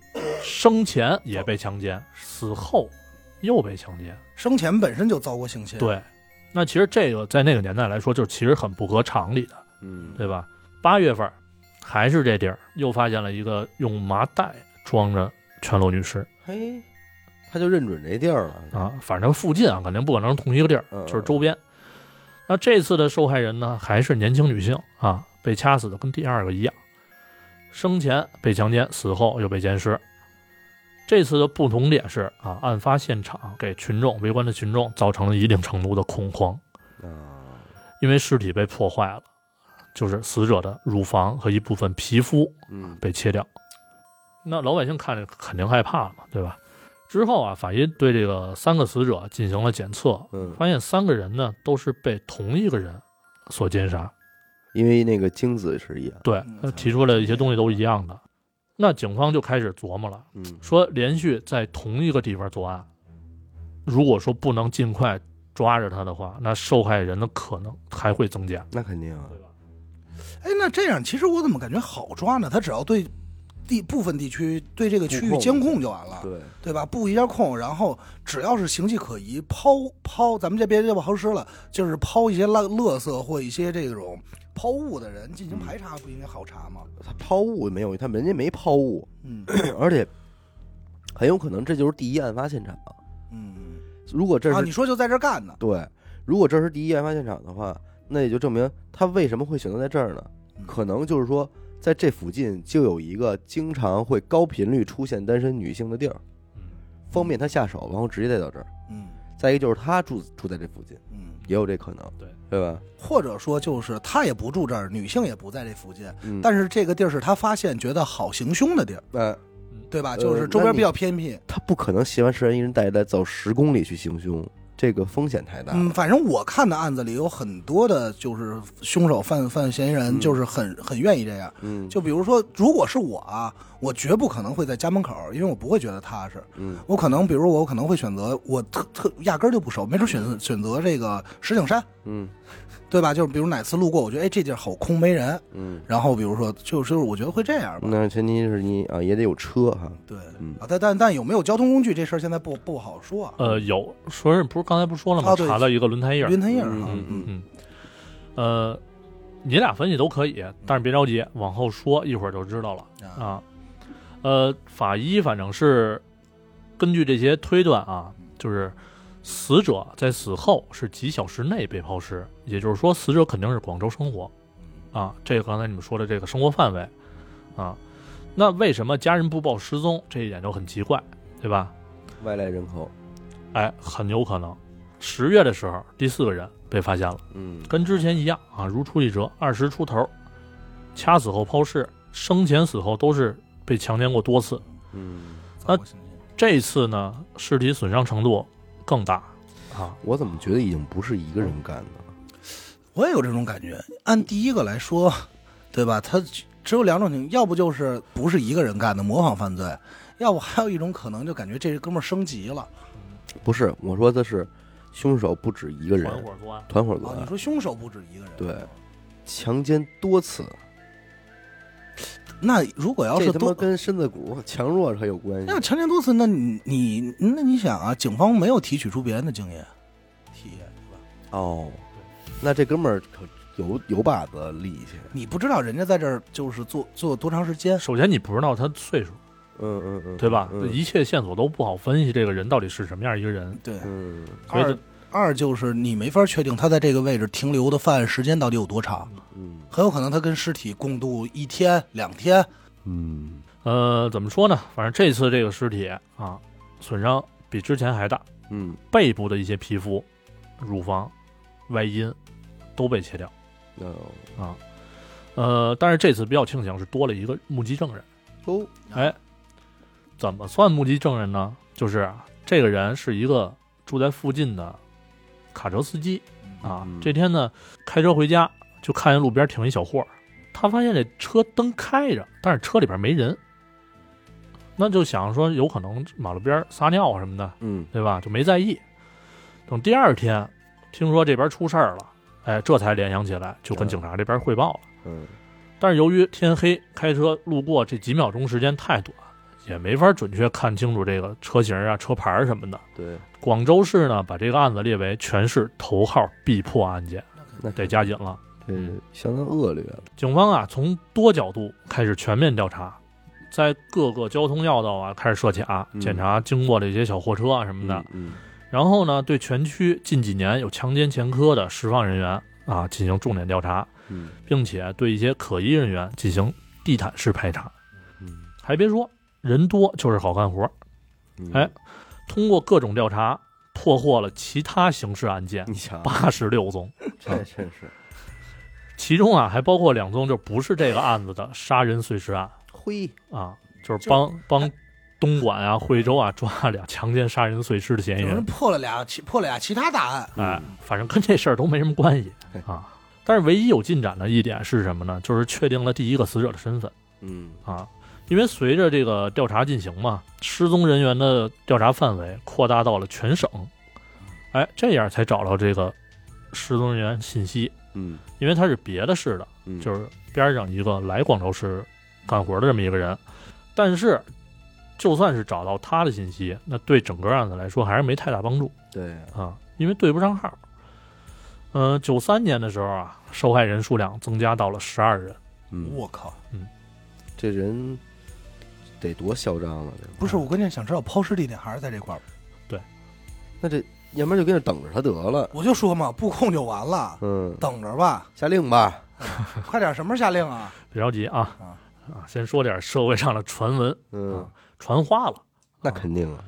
Speaker 3: 生前也被强奸，死后又被强奸。
Speaker 2: 生前本身就遭过性侵，，
Speaker 3: 对，那其实这个在那个年代来说，就其实很不合常理的，
Speaker 1: 嗯
Speaker 3: 对吧？八月份，还是这地儿又发现了一个用麻袋装着全裸女尸
Speaker 1: 嘿，他就认准这地儿了，
Speaker 3: 啊，反正附近啊，肯定不可能是同一个地儿，
Speaker 1: 嗯
Speaker 3: 就是周边。那这次的受害人呢，还是年轻女性啊，被掐死的跟第二个一样，生前被强奸，死后又被奸尸。这次的不同点是啊，案发现场给群众围观的群众造成了一定程度的恐慌，
Speaker 1: 啊，
Speaker 3: 因为尸体被破坏了，就是死者的乳房和一部分皮肤
Speaker 1: 嗯
Speaker 3: 啊被切掉。那老百姓看着肯定害怕了嘛，对吧？之后啊，法医对这个三个死者进行了检测，
Speaker 1: 嗯，
Speaker 3: 发现三个人呢都是被同一个人所奸杀。
Speaker 1: 因为那个精子是一样，
Speaker 3: 对
Speaker 2: 嗯，
Speaker 3: 他提出来的一些东西都一样的。那警方就开始琢磨了，
Speaker 1: 嗯
Speaker 3: 说连续在同一个地方作案，如果说不能尽快抓着他的话，那受害人的可能还会增加，
Speaker 1: 那肯定啊，
Speaker 3: 对吧？
Speaker 2: 哎，那这样其实我怎么感觉好抓呢？他只要对地部分地区对这个区
Speaker 1: 布
Speaker 2: 域
Speaker 1: 控
Speaker 2: 监控就完了，
Speaker 1: 对，
Speaker 2: 对吧？布一下控，然后只要是形迹可疑，抛抛，咱们这边就不好使了，就是抛一些垃垃圾或一些这种抛物的人
Speaker 1: 嗯
Speaker 2: 进行排查，不应该好查 吗？
Speaker 1: 他抛物没有，他人家没抛物，
Speaker 2: 嗯
Speaker 1: 而且很有可能这就是第一案发现场。
Speaker 2: 嗯，
Speaker 1: 如果这是、
Speaker 2: 啊，你说就在这儿干呢？
Speaker 1: 对，如果这是第一案发现场的话，那也就证明他为什么会选择在这儿呢？
Speaker 2: 嗯
Speaker 1: 可能就是说，在这附近就有一个经常会高频率出现单身女性的地儿，
Speaker 3: 嗯，
Speaker 1: 方便他下手，然后直接带到这儿。
Speaker 2: 嗯，
Speaker 1: 再一个就是他住住在这附近，
Speaker 2: 嗯，
Speaker 1: 也有这可能，
Speaker 3: 对
Speaker 1: 对吧？
Speaker 2: 或者说就是他也不住这儿，女性也不在这附近，
Speaker 1: 嗯，
Speaker 2: 但是这个地儿是他发现觉得好行凶的地儿，
Speaker 1: 呃，
Speaker 2: 对吧？
Speaker 1: 呃
Speaker 2: 就是周边
Speaker 1: 那你
Speaker 2: 比较偏僻。
Speaker 1: 他不可能携完尸人一人带来走十公里去行凶，这个风险太大了。
Speaker 2: 嗯，反正我看的案子里有很多的，就是凶手犯犯嫌疑人
Speaker 1: 嗯
Speaker 2: 就是很、很愿意这样。
Speaker 1: 嗯，
Speaker 2: 就比如说，如果是我啊，我绝不可能会在家门口，因为我不会觉得踏实。
Speaker 1: 嗯
Speaker 2: 我可能，比如我可能会选择，我特特压根儿就不熟，没准选择选择这个石景山，
Speaker 1: 嗯
Speaker 2: 对吧？就是比如哪次路过，我觉得哎这地儿好空没人，
Speaker 1: 嗯，
Speaker 2: 然后比如说就是我觉得会这样吧，
Speaker 1: 那前提是你啊也得有车哈，
Speaker 2: 对
Speaker 1: 嗯
Speaker 2: 啊，但但但有没有交通工具这事儿现在不不好说啊。
Speaker 3: 呃，有说是不是刚才不是说了吗？
Speaker 2: 啊对
Speaker 3: 查到一个轮胎印儿，
Speaker 2: 云吞印儿啊，
Speaker 1: 嗯嗯
Speaker 3: 嗯，呃，你俩分析都可以，但是别着急，往后说一会儿就知道了
Speaker 2: 啊
Speaker 3: 啊。呃，法医反正是根据这些推断啊，就是死者在死后是几小时内被抛尸，也就是说死者肯定是广州生活啊，这个刚才你们说的这个生活范围啊，那为什么家人不报失踪，这一点就很奇怪，对吧？
Speaker 2: 嗯
Speaker 1: 外来人口，
Speaker 3: 哎，很有可能十月的时候第四个人被发现了。
Speaker 1: 嗯
Speaker 3: 跟之前一样啊，如出一辙，二十出头，掐死后抛尸，生前死后都是被强奸过多次。
Speaker 1: 嗯，
Speaker 2: 早我信信
Speaker 3: 这次呢，尸体损伤程度更大啊，
Speaker 1: 我怎么觉得已经不是一个人干的了？
Speaker 2: 我也有这种感觉。按第一个来说，对吧？他只有两种情况，要不就是不是一个人干的模仿犯罪，要不还有一种可能，就感觉这哥们儿升级了。
Speaker 1: 不是，我说的是凶手不止一个人
Speaker 3: 团，伙作案。
Speaker 1: 团伙作
Speaker 2: 啊，你
Speaker 1: 案，
Speaker 2: 说凶手不止一个人，
Speaker 1: 对，强奸多次，
Speaker 2: 那如果哦要是
Speaker 1: 这他妈
Speaker 2: 多，
Speaker 1: 跟身子骨强弱还有关系
Speaker 2: 那。强奸多次，那你你那你想啊，警方没有提取出别人的精液，体液对吧？
Speaker 1: 哦，那这哥们儿可有有把子力气。
Speaker 2: 你不知道人家在这儿就是做做多长时间，
Speaker 3: 首先，你不知道他岁数，
Speaker 1: 嗯嗯嗯，
Speaker 3: 对吧？
Speaker 1: 嗯
Speaker 3: 一切线索都不好分析这个人到底是什么样一个人，
Speaker 2: 对。
Speaker 1: 嗯，
Speaker 3: 所以
Speaker 2: 二
Speaker 3: 就
Speaker 2: 二就是你没法确定他在这个位置停留的犯案时间到底有多长，
Speaker 1: 嗯
Speaker 2: 很有可能他跟尸体共度一天两天，
Speaker 1: 嗯
Speaker 3: 呃，怎么说呢？反正这次这个尸体啊，损伤比之前还大，
Speaker 1: 嗯，
Speaker 3: 背部的一些皮肤、乳房、外阴都被切掉。
Speaker 1: 哦
Speaker 3: 呃，但是这次比较庆幸是多了一个目击证人。
Speaker 1: 哦，
Speaker 3: 哎，怎么算目击证人呢？就是啊这个人是一个住在附近的卡车司机啊
Speaker 1: 嗯。
Speaker 3: 这天呢，开车回家就看见路边停一小货儿，他发现这车灯开着，但是车里边没人，那就想说有可能马路边儿撒尿啊什么的，
Speaker 1: 嗯
Speaker 3: 对吧？就没在意。等第二天听说这边出事儿了，哎，这才联想起来，就跟警察这边汇报了。
Speaker 1: 嗯
Speaker 3: 但是由于天黑，开车路过这几秒钟时间太短，也没法准确看清楚这个车型啊、车牌什么的。
Speaker 1: 对，
Speaker 3: 广州市呢，把这个案子列为全市头号必破案件，
Speaker 1: 那嗯
Speaker 3: 得加紧了。
Speaker 1: 这相当恶劣了。
Speaker 3: 警方啊，从多角度开始全面调查，在各个交通要道啊开始设卡，
Speaker 1: 嗯
Speaker 3: 检查经过的一些小货车啊什么的。
Speaker 1: 嗯
Speaker 3: 然后呢，对全区近几年有强奸前科的释放人员啊进行重点调查，
Speaker 1: 嗯
Speaker 3: 并且对一些可疑人员进行地毯式排查。
Speaker 1: 嗯
Speaker 3: 还别说，人多就是好干活儿。
Speaker 1: 嗯，
Speaker 3: 哎，通过各种调查，破获了其他刑事案件
Speaker 1: 你瞧，
Speaker 3: 八十六宗，
Speaker 1: 这真是
Speaker 3: 其中啊还包括两宗就不是这个案子的杀人碎尸案
Speaker 1: 灰，
Speaker 3: 啊，就是
Speaker 2: 就
Speaker 3: 帮帮东莞啊、惠州啊抓了俩强奸杀人碎尸的嫌疑
Speaker 2: 有人
Speaker 3: 人。
Speaker 2: 破了俩其破了俩其他大案，
Speaker 3: 哎，反正跟这事儿都没什么关系
Speaker 1: 对
Speaker 3: 啊。但是唯一有进展的一点是什么呢？就是确定了第一个死者的身份。
Speaker 1: 嗯
Speaker 3: 啊，因为随着这个调查进行嘛，失踪人员的调查范围扩大到了全省，哎，这样才找到这个失踪人员信息，
Speaker 1: 嗯
Speaker 3: 因为他是别的市的，
Speaker 1: 嗯，
Speaker 3: 就是边上一个来广州市干活的这么一个人，但是就算是找到他的信息，那对整个案子来说还是没太大帮助
Speaker 1: 对啊，
Speaker 3: 啊，因为对不上号。嗯、呃，九三年的时候啊，受害人数量增加到了十二人。
Speaker 1: 嗯，
Speaker 2: 我靠！
Speaker 1: 这人得多嚣张啊！这
Speaker 2: 不是，我关键想知道抛尸地点还是在这块儿。
Speaker 1: 那这要不然就跟那等着他得了，
Speaker 2: 我就说嘛，布控就 完了，
Speaker 1: 嗯，
Speaker 2: 等着吧，
Speaker 1: 下令吧，
Speaker 2: 快点，什么时候下令啊？
Speaker 3: 别着急啊
Speaker 2: 啊
Speaker 3: 啊，先说点社会上的传闻
Speaker 1: 嗯
Speaker 3: 啊，传话了。
Speaker 1: 那肯定啊，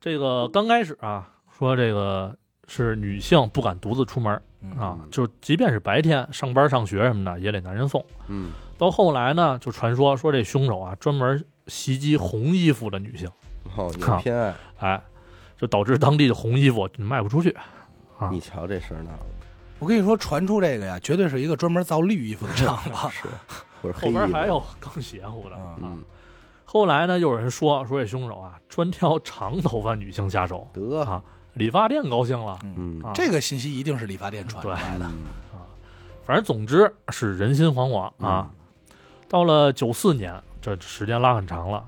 Speaker 3: 这个刚开始啊，说这个是女性不敢独自出门儿啊
Speaker 1: 嗯，
Speaker 3: 就即便是白天上班上学什么的，也得男人送。
Speaker 1: 嗯，
Speaker 3: 到后来呢，就传说说这凶手啊专门袭击红衣服的女性，
Speaker 1: 哦，有偏爱，
Speaker 3: 哎，就导致当地的红衣服卖不出去。啊
Speaker 1: 你瞧这事儿闹的，
Speaker 2: 我跟你说，传出这个呀，绝对是一个专门造绿衣服的厂子。
Speaker 1: 是，或者黑
Speaker 3: 后
Speaker 1: 衣
Speaker 3: 边
Speaker 1: 服
Speaker 3: 还，有更邪乎的啊。
Speaker 1: 嗯，
Speaker 3: 后来呢，又有人说说这凶手啊专挑长头发女性下手，
Speaker 1: 得
Speaker 3: 啊理发店高兴了。
Speaker 1: 嗯
Speaker 3: 啊，
Speaker 2: 这个信息一定是理发店传出来的。
Speaker 1: 嗯
Speaker 3: 反正总之是人心惶惶啊。到了九四年，这时间拉很长了，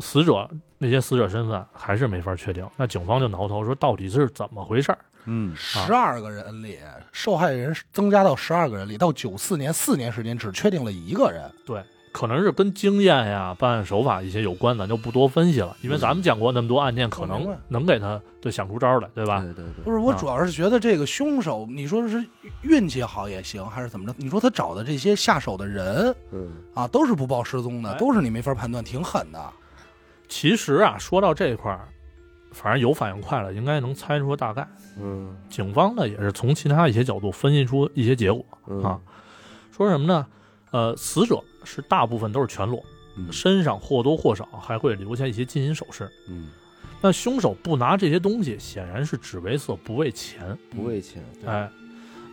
Speaker 3: 死者那些死者身份还是没法确定。那警方就挠头说，到底是怎么回事儿？
Speaker 1: 嗯，
Speaker 2: 十二个人里，受害人增加到十二个人里，到九四年四年时间只确定了一个人。
Speaker 3: 对，可能是跟经验呀、办案手法一些有关，咱就不多分析了，因为咱们讲过那么多案件，可
Speaker 2: 哦我明
Speaker 3: 能
Speaker 2: 白
Speaker 3: 能给他就想出招来，对吧？
Speaker 1: 对对对，
Speaker 2: 不是，我
Speaker 3: 啊
Speaker 2: 主要是觉得这个凶手，你说是运气好也行，还是怎么着？你说他找的这些下手的人
Speaker 1: 嗯
Speaker 2: 啊，都是不报失踪的，
Speaker 3: 哎
Speaker 2: 都是你没法判断，挺狠的。
Speaker 3: 其实啊，说到这块儿，反正有反应快了，应该能猜出大概。
Speaker 1: 嗯
Speaker 3: 警方呢也是从其他一些角度分析出一些结果
Speaker 1: 嗯
Speaker 3: 啊，说什么呢？呃，死者是大部分都是全裸，
Speaker 1: 嗯
Speaker 3: 身上或多或少还会留下一些金银首饰。
Speaker 1: 嗯，
Speaker 3: 那凶手不拿这些东西，显然是只为色不为钱。
Speaker 2: 嗯
Speaker 1: 不为钱，
Speaker 2: 对
Speaker 3: 哎，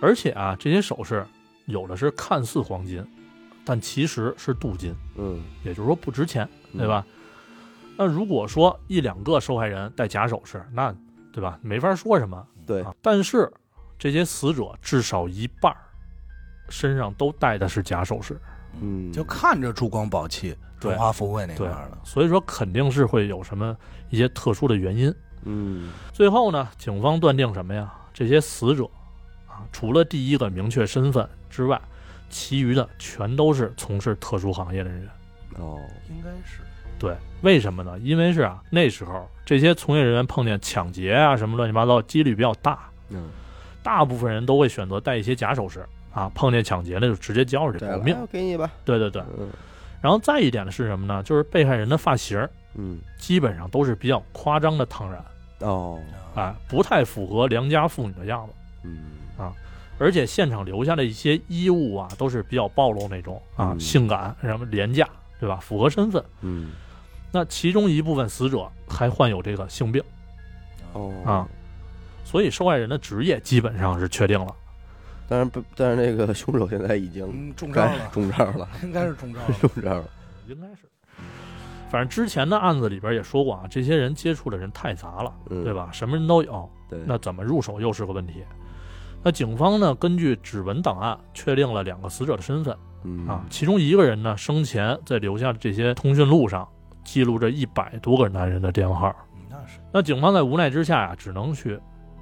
Speaker 3: 而且啊，这些首饰有的是看似黄金，但其实是镀金，
Speaker 1: 嗯，
Speaker 3: 也就是说不值钱，对吧？那如果说一两个受害人戴假首饰，那对吧，没法说什么。
Speaker 1: 对
Speaker 3: 啊，但是这些死者至少一半儿身上都戴的是假首饰，
Speaker 1: 嗯？嗯，
Speaker 2: 就看着珠光宝气、
Speaker 3: 对
Speaker 2: 荣华富贵那块儿了。
Speaker 3: 所以说肯定是会有什么一些特殊的原因。
Speaker 1: 嗯
Speaker 3: 最后呢，警方断定什么呀？这些死者啊，除了第一个明确身份之外，其余的全都是从事特殊行业的人员。
Speaker 1: 哦，
Speaker 2: 应该是
Speaker 3: 对，为什么呢？因为是啊，那时候这些从业人员碰见抢劫啊什么乱七八糟，几率比较大，
Speaker 1: 嗯，
Speaker 3: 大部分人都会选择戴一些假首饰啊。碰见抢劫的就直接交出去
Speaker 1: 对
Speaker 3: 保
Speaker 1: 了，
Speaker 3: 命
Speaker 1: 哎。我给你吧，
Speaker 3: 对对对。
Speaker 1: 嗯
Speaker 3: 然后再一点是什么呢？就是被害人的发型儿
Speaker 1: 嗯，
Speaker 3: 基本上都是比较夸张的烫染，
Speaker 1: 哦，
Speaker 3: 哎，不太符合良家妇女的样子。
Speaker 1: 嗯
Speaker 3: 而且现场留下的一些衣物啊，都是比较暴露那种啊，
Speaker 1: 嗯
Speaker 3: 性感，什么廉价，对吧？符合身份。
Speaker 1: 嗯，
Speaker 3: 那其中一部分死者还患有这个性病
Speaker 1: 哦
Speaker 3: 啊，，所以受害人的职业基本上是确定了。
Speaker 1: 但是不，但是那个凶手现在已经
Speaker 2: 嗯，中招
Speaker 1: 该
Speaker 2: 了，
Speaker 1: 中招了，
Speaker 2: 应该是中招了。
Speaker 1: 中招了，
Speaker 3: 应该是。反正之前的案子里边也说过啊，这些人接触的人太杂了，
Speaker 1: 嗯，
Speaker 3: 对？吧？什么人都有，
Speaker 1: 对，
Speaker 3: 那怎么入手又是个问题。那警方呢，根据指纹档案确定了两个死者的身份
Speaker 1: 嗯
Speaker 3: 啊，其中一个人呢，生前在留下的这些通讯录上记录着一百多个男人的电话号。
Speaker 2: 嗯那是
Speaker 3: 那警方在无奈之下呀、只能去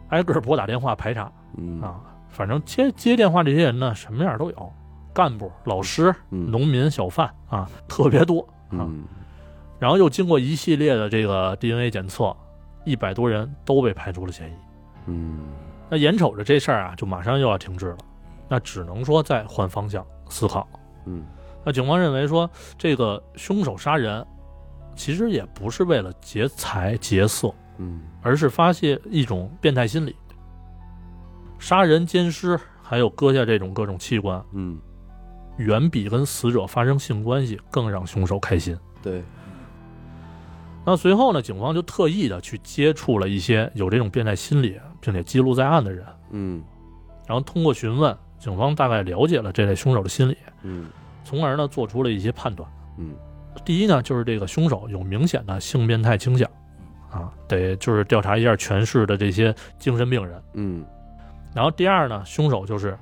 Speaker 3: 挨个儿拨打电话排查
Speaker 1: 嗯
Speaker 3: 啊。反正接接电话这些人呢，什么样都有，干部、老师、
Speaker 1: 嗯
Speaker 3: 农民、小贩啊，特别多啊。
Speaker 1: 嗯
Speaker 3: 然后又经过一系列的这个 DNA 检测，一百多人都被排除了嫌疑。
Speaker 1: 嗯
Speaker 3: 那眼瞅着这事儿啊，就马上又要停滞了，那只能说再换方向思考。
Speaker 1: 嗯
Speaker 3: 那警方认为说，这个凶手杀人其实也不是为了劫财劫色，
Speaker 1: 嗯
Speaker 3: 而是发泄一种变态心理。杀人、奸尸，还有割下这种各种器官，
Speaker 1: 嗯，
Speaker 3: 远比跟死者发生性关系更让凶手开心。
Speaker 1: 对，
Speaker 3: 那随后呢，警方就特意的去接触了一些有这种变态心理，并且记录在案的人，
Speaker 1: 嗯
Speaker 3: 然后通过询问，警方大概了解了这类凶手的心理，
Speaker 1: 嗯
Speaker 3: 从而呢做出了一些判断。
Speaker 1: 嗯
Speaker 3: 第一呢，就是这个凶手有明显的性变态倾向，啊，得就是调查一下全市的这些精神病人。
Speaker 1: 嗯
Speaker 3: 然后第二呢，凶手就是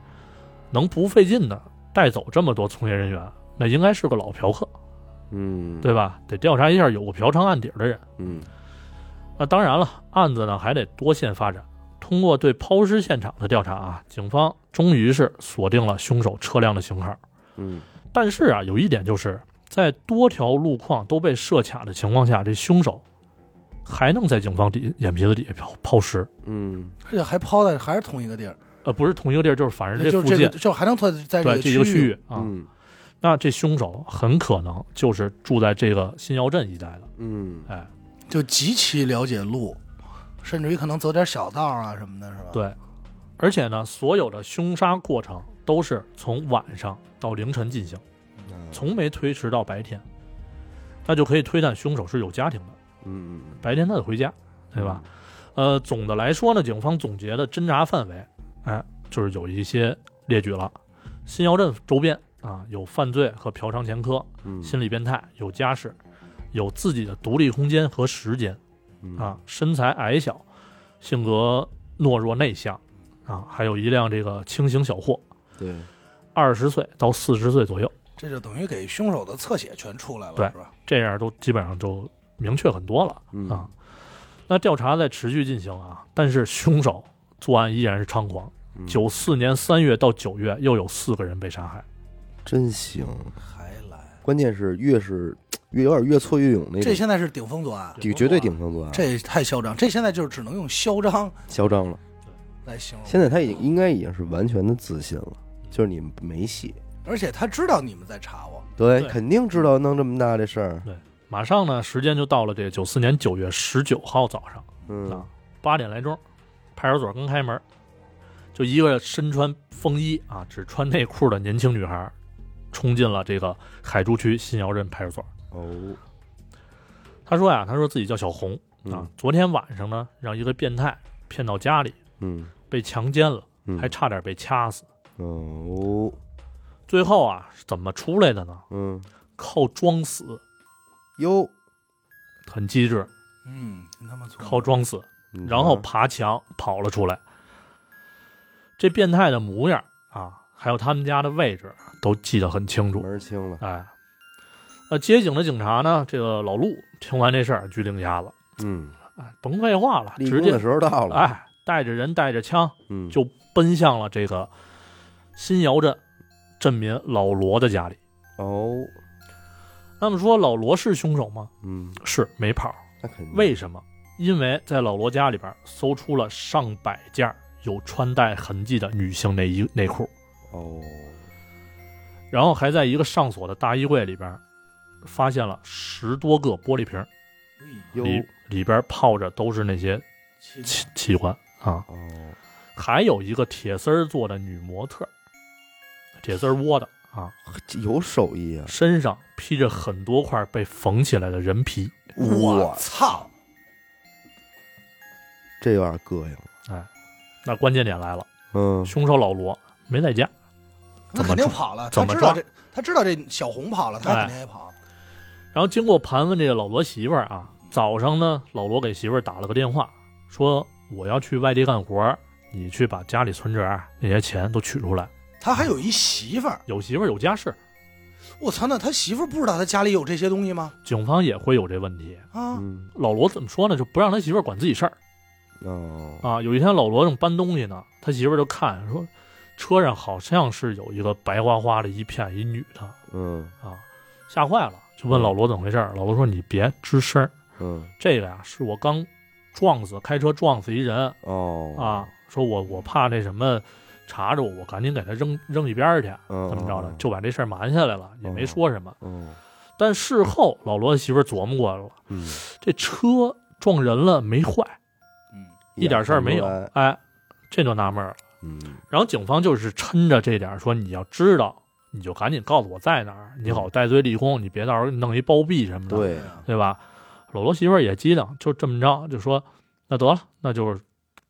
Speaker 3: 能不费劲的带走这么多从业人员，那应该是个老嫖客，
Speaker 1: 嗯，
Speaker 3: 对，吧？得调查一下有过嫖娼案底儿的人。
Speaker 1: 嗯
Speaker 3: 那当然了，案子呢还得多线发展。通过对抛尸现场的调查啊，警方终于是锁定了凶手车辆的型号。
Speaker 1: 嗯
Speaker 3: 但是啊，有一点就是在多条路况都被设卡的情况下，这凶手还能在警方底眼皮子底下抛抛尸，
Speaker 1: 嗯
Speaker 2: 而且还抛在还是同一个地儿，
Speaker 3: 呃，不是同一个地儿，就是反正这
Speaker 2: 就
Speaker 3: 附
Speaker 2: 是这
Speaker 3: 近
Speaker 2: 个，，就还能在在
Speaker 3: 对，这一
Speaker 2: 个
Speaker 3: 个区域啊。
Speaker 1: 嗯
Speaker 3: 那这凶手很可能就是住在这个新窑镇一带的，
Speaker 1: 嗯
Speaker 3: 哎，
Speaker 2: 就极其了解路，甚至于可能走点小道啊什么的，是吧？
Speaker 3: 对而且呢，所有的凶杀过程都是从晚上到凌晨进行，
Speaker 1: 嗯
Speaker 3: 从没推迟到白天，那就可以推断凶手是有家庭的，
Speaker 1: 嗯嗯，
Speaker 3: 白天他得回家，对吧？呃，总的来说呢，警方总结的侦查范围，哎，就是有一些列举了：新窑镇周边啊，有犯罪和嫖娼前科，
Speaker 1: 嗯？
Speaker 3: 心理变态，有家室，有自己的独立空间和时间
Speaker 1: 嗯
Speaker 3: 啊，身材矮小，性格懦弱内向啊，还有一辆这个轻型小货，
Speaker 1: 对，
Speaker 3: 二十岁到四十岁左右，
Speaker 2: 这就等于给凶手的侧写全出来了，
Speaker 3: 对
Speaker 2: 是吧？
Speaker 3: 这样都基本上就明确很多了。
Speaker 1: 嗯
Speaker 3: 啊，那调查在持续进行啊，但是凶手作案依然是猖狂。
Speaker 1: 嗯
Speaker 3: 九四年三月到九月，又有四个人被杀害。
Speaker 1: 真行，
Speaker 2: 还来，
Speaker 1: 关键是越是越有点越挫越勇那
Speaker 2: 这
Speaker 1: 种，
Speaker 2: 现在是顶风作案，
Speaker 1: 顶绝对顶风作案，
Speaker 2: 这太嚣张，这现在就是只能用嚣张
Speaker 1: 嚣张了。
Speaker 2: 来形容。
Speaker 1: 现在他已经应该已经是完全的自信了，就是你没戏，
Speaker 2: 而且他知道你们在查我，
Speaker 1: 对，
Speaker 3: 对肯
Speaker 1: 肯定知道弄这么大这事儿，
Speaker 3: 马上呢，时间就到了这九四年九月十九号早上
Speaker 1: 嗯
Speaker 3: 啊，八点来钟，派出所刚开门，就一个身穿风衣啊，只穿内裤的年轻女孩，冲进了这个海珠区新窑镇派出所。
Speaker 1: 哦，
Speaker 3: 她说呀、她说自己叫小红啊
Speaker 1: 嗯，
Speaker 3: 昨天晚上呢，让一个变态骗到家里，
Speaker 1: 嗯
Speaker 3: 被强奸了，
Speaker 1: 嗯，
Speaker 3: 还差点被掐死。
Speaker 1: 哦，
Speaker 3: 最后啊，是怎么出来的呢？
Speaker 1: 嗯，
Speaker 3: 靠装死，
Speaker 1: 哟，
Speaker 3: 很机智，
Speaker 2: 嗯，真他妈错。
Speaker 3: 靠装死，
Speaker 1: 你
Speaker 3: 然后
Speaker 1: 瞧
Speaker 3: 爬墙跑了出来。这变态的模样啊，还有他们家的位置都记得很清楚
Speaker 1: 门。儿清了，
Speaker 3: 哎，呃，接警的警察呢，这个老陆听完这事儿，决定压了，
Speaker 1: 嗯，
Speaker 3: 哎，甭废话了，
Speaker 1: 立
Speaker 3: 直
Speaker 1: 功
Speaker 3: 接
Speaker 1: 的时候到了，
Speaker 3: 哎，带着人带着枪
Speaker 1: 嗯，
Speaker 3: 就奔向了这个新窑镇镇民老罗的家里。
Speaker 1: 哦，
Speaker 3: 那么说，老罗是凶手吗？
Speaker 1: 嗯，
Speaker 3: 是，没跑。
Speaker 1: 那肯定，
Speaker 3: 为什么？因为在老罗家里边搜出了上百件有穿戴痕迹的女性内衣内裤，
Speaker 1: 哦，
Speaker 3: 然后还在一个上锁的大衣柜里边发现了十多个玻璃瓶，
Speaker 1: 哟，
Speaker 3: 里里边泡着都是那些器器官啊，
Speaker 1: 哦，
Speaker 3: 还有一个铁丝儿做的女模特，铁丝儿窝的啊，
Speaker 1: 这有手艺啊，
Speaker 3: 身上披着很多块被缝起来的人皮，
Speaker 2: 我操！
Speaker 1: 这有点膈应了，
Speaker 3: 那关键点来了，
Speaker 1: 嗯，
Speaker 3: 凶手老罗没在家，
Speaker 2: 那肯定跑了，
Speaker 3: 怎
Speaker 2: 他
Speaker 3: 么
Speaker 2: 知
Speaker 3: 抓哎
Speaker 2: 道这，他知道这小红跑了，他肯定也跑。
Speaker 3: 然后经过盘问，这个老罗媳妇儿啊，早上呢，老罗给媳妇儿打了个电话，说我要去外地干活儿，你去把家里存折啊那些钱都取出来。
Speaker 2: 他还有一媳妇儿，
Speaker 3: 有媳妇儿有家室，
Speaker 2: 我操！那他媳妇儿不知道他家里有这些东西吗？
Speaker 3: 警方也会有这问题。
Speaker 2: 啊，
Speaker 1: 嗯，
Speaker 3: 老罗怎么说呢？就不让他媳妇儿管自己事儿
Speaker 1: 哦，
Speaker 3: 啊。有一天老罗正搬东西呢，他媳妇儿就看说，车上好像是有一个白花花的一片，一女的
Speaker 1: 嗯
Speaker 3: 啊，吓坏了，就问老罗怎么回事儿。老罗说你别吱声儿，
Speaker 1: 嗯，
Speaker 3: 这个呀、是我刚撞死，开车撞死一人，
Speaker 1: 哦，
Speaker 3: 啊，说我我怕那什么查着我，我赶紧给他扔扔一边儿去，
Speaker 1: 嗯，
Speaker 3: 怎么着的
Speaker 1: 嗯，
Speaker 3: 就把这事儿瞒下来了，也没
Speaker 1: 嗯
Speaker 3: 说什么。
Speaker 1: 嗯
Speaker 3: 但事后老罗的媳妇儿琢磨过来了，
Speaker 1: 嗯，
Speaker 3: 这车撞人了没坏，
Speaker 2: 嗯，
Speaker 3: 一点事儿没有
Speaker 1: 看不出来，
Speaker 3: 哎，这就纳闷儿了。
Speaker 1: 嗯
Speaker 3: 然后警方就是抻着这点儿说，你要知道，你就赶紧告诉我在哪儿，你好戴罪立功，你别到时候弄一包庇什么
Speaker 1: 嗯
Speaker 3: 的，
Speaker 2: 哎
Speaker 1: 对，
Speaker 3: 对吧？老罗媳妇儿也激灵，就这么着，就说那得了，那就是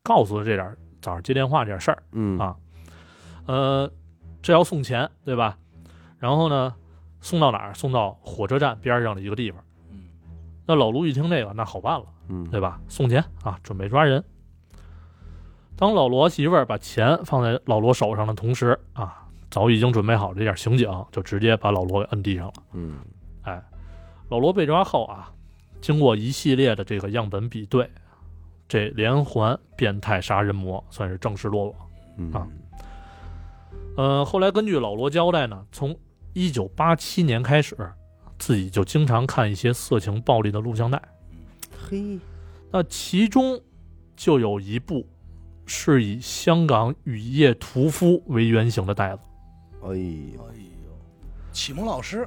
Speaker 3: 告诉他这点儿早上接电话这点儿事儿。
Speaker 1: 嗯
Speaker 3: 啊呃，这要送钱，对吧？然后呢，送到哪儿？送到火车站边上的一个地方。
Speaker 2: 嗯，
Speaker 3: 那老卢一听这个，那好办了，
Speaker 1: 嗯，
Speaker 3: 对吧？送钱啊，准备抓人。当老罗媳妇儿把钱放在老罗手上的同时啊，早已经准备好这点刑警就直接把老罗给摁地上了。
Speaker 1: 嗯
Speaker 3: 哎，老罗被抓后啊，经过一系列的这个样本比对，这连环变态杀人魔算是正式落网。
Speaker 1: 嗯
Speaker 3: 啊，呃，后来根据老罗交代呢，从一九八七年开始，自己就经常看一些色情暴力的录像带。
Speaker 1: 嘿，
Speaker 3: 那其中就有一部是以香港雨夜屠夫为原型的带子。
Speaker 1: 哎呦，
Speaker 2: 哎呦，启蒙老师，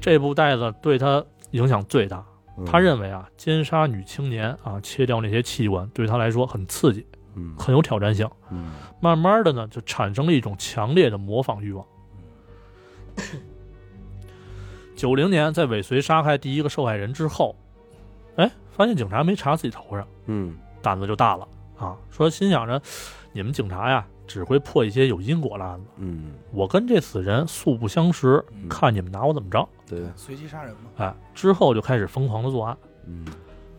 Speaker 3: 这部带子对他影响最大，
Speaker 1: 嗯
Speaker 3: 他认为啊，奸杀女青年啊，切掉那些器官，对他来说很刺激，
Speaker 1: 嗯
Speaker 3: 很有挑战性。
Speaker 1: 嗯
Speaker 3: 慢慢的呢，就产生了一种强烈的模仿欲望。九零年，在尾随杀害第一个受害人之后，哎，发现警察没查自己头上，
Speaker 1: 嗯
Speaker 3: 胆子就大了啊！说心想着，你们警察呀，只会破一些有因果的案子，
Speaker 1: 嗯，
Speaker 3: 我跟这死人素不相识，
Speaker 1: 嗯
Speaker 3: 看你们拿我怎么着！
Speaker 1: 对，
Speaker 2: 随机杀人嘛，
Speaker 3: 哎，之后就开始疯狂的作案。
Speaker 1: 嗯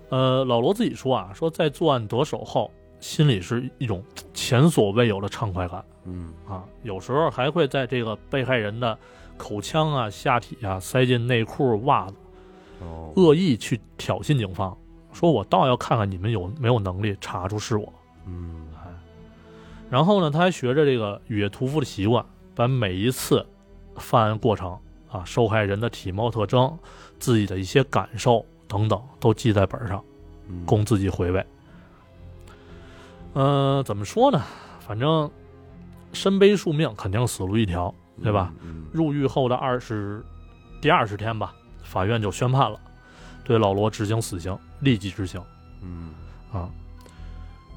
Speaker 3: 呃，老罗自己说啊，说在作案得手后，心里是一种前所未有的畅快感
Speaker 1: 嗯
Speaker 3: 啊，有时候还会在这个被害人的口腔啊、下体啊塞进内裤、袜子，
Speaker 1: 哦，
Speaker 3: 恶意去挑衅警方，说我倒要看看你们有没有能力查出是我。
Speaker 1: 嗯
Speaker 3: 哎，然后呢，他还学着这个雨夜屠夫的习惯，把每一次犯案过程啊、受害人的体貌特征、自己的一些感受等等都记在本上。
Speaker 1: 嗯
Speaker 3: 供自己回味。呃，怎么说呢？反正身背数命，肯定死路一条。对吧？
Speaker 1: 嗯
Speaker 3: 入狱后的二十第二十天吧，法院就宣判了，对老罗执行死刑，立即执行
Speaker 1: 嗯
Speaker 3: 啊。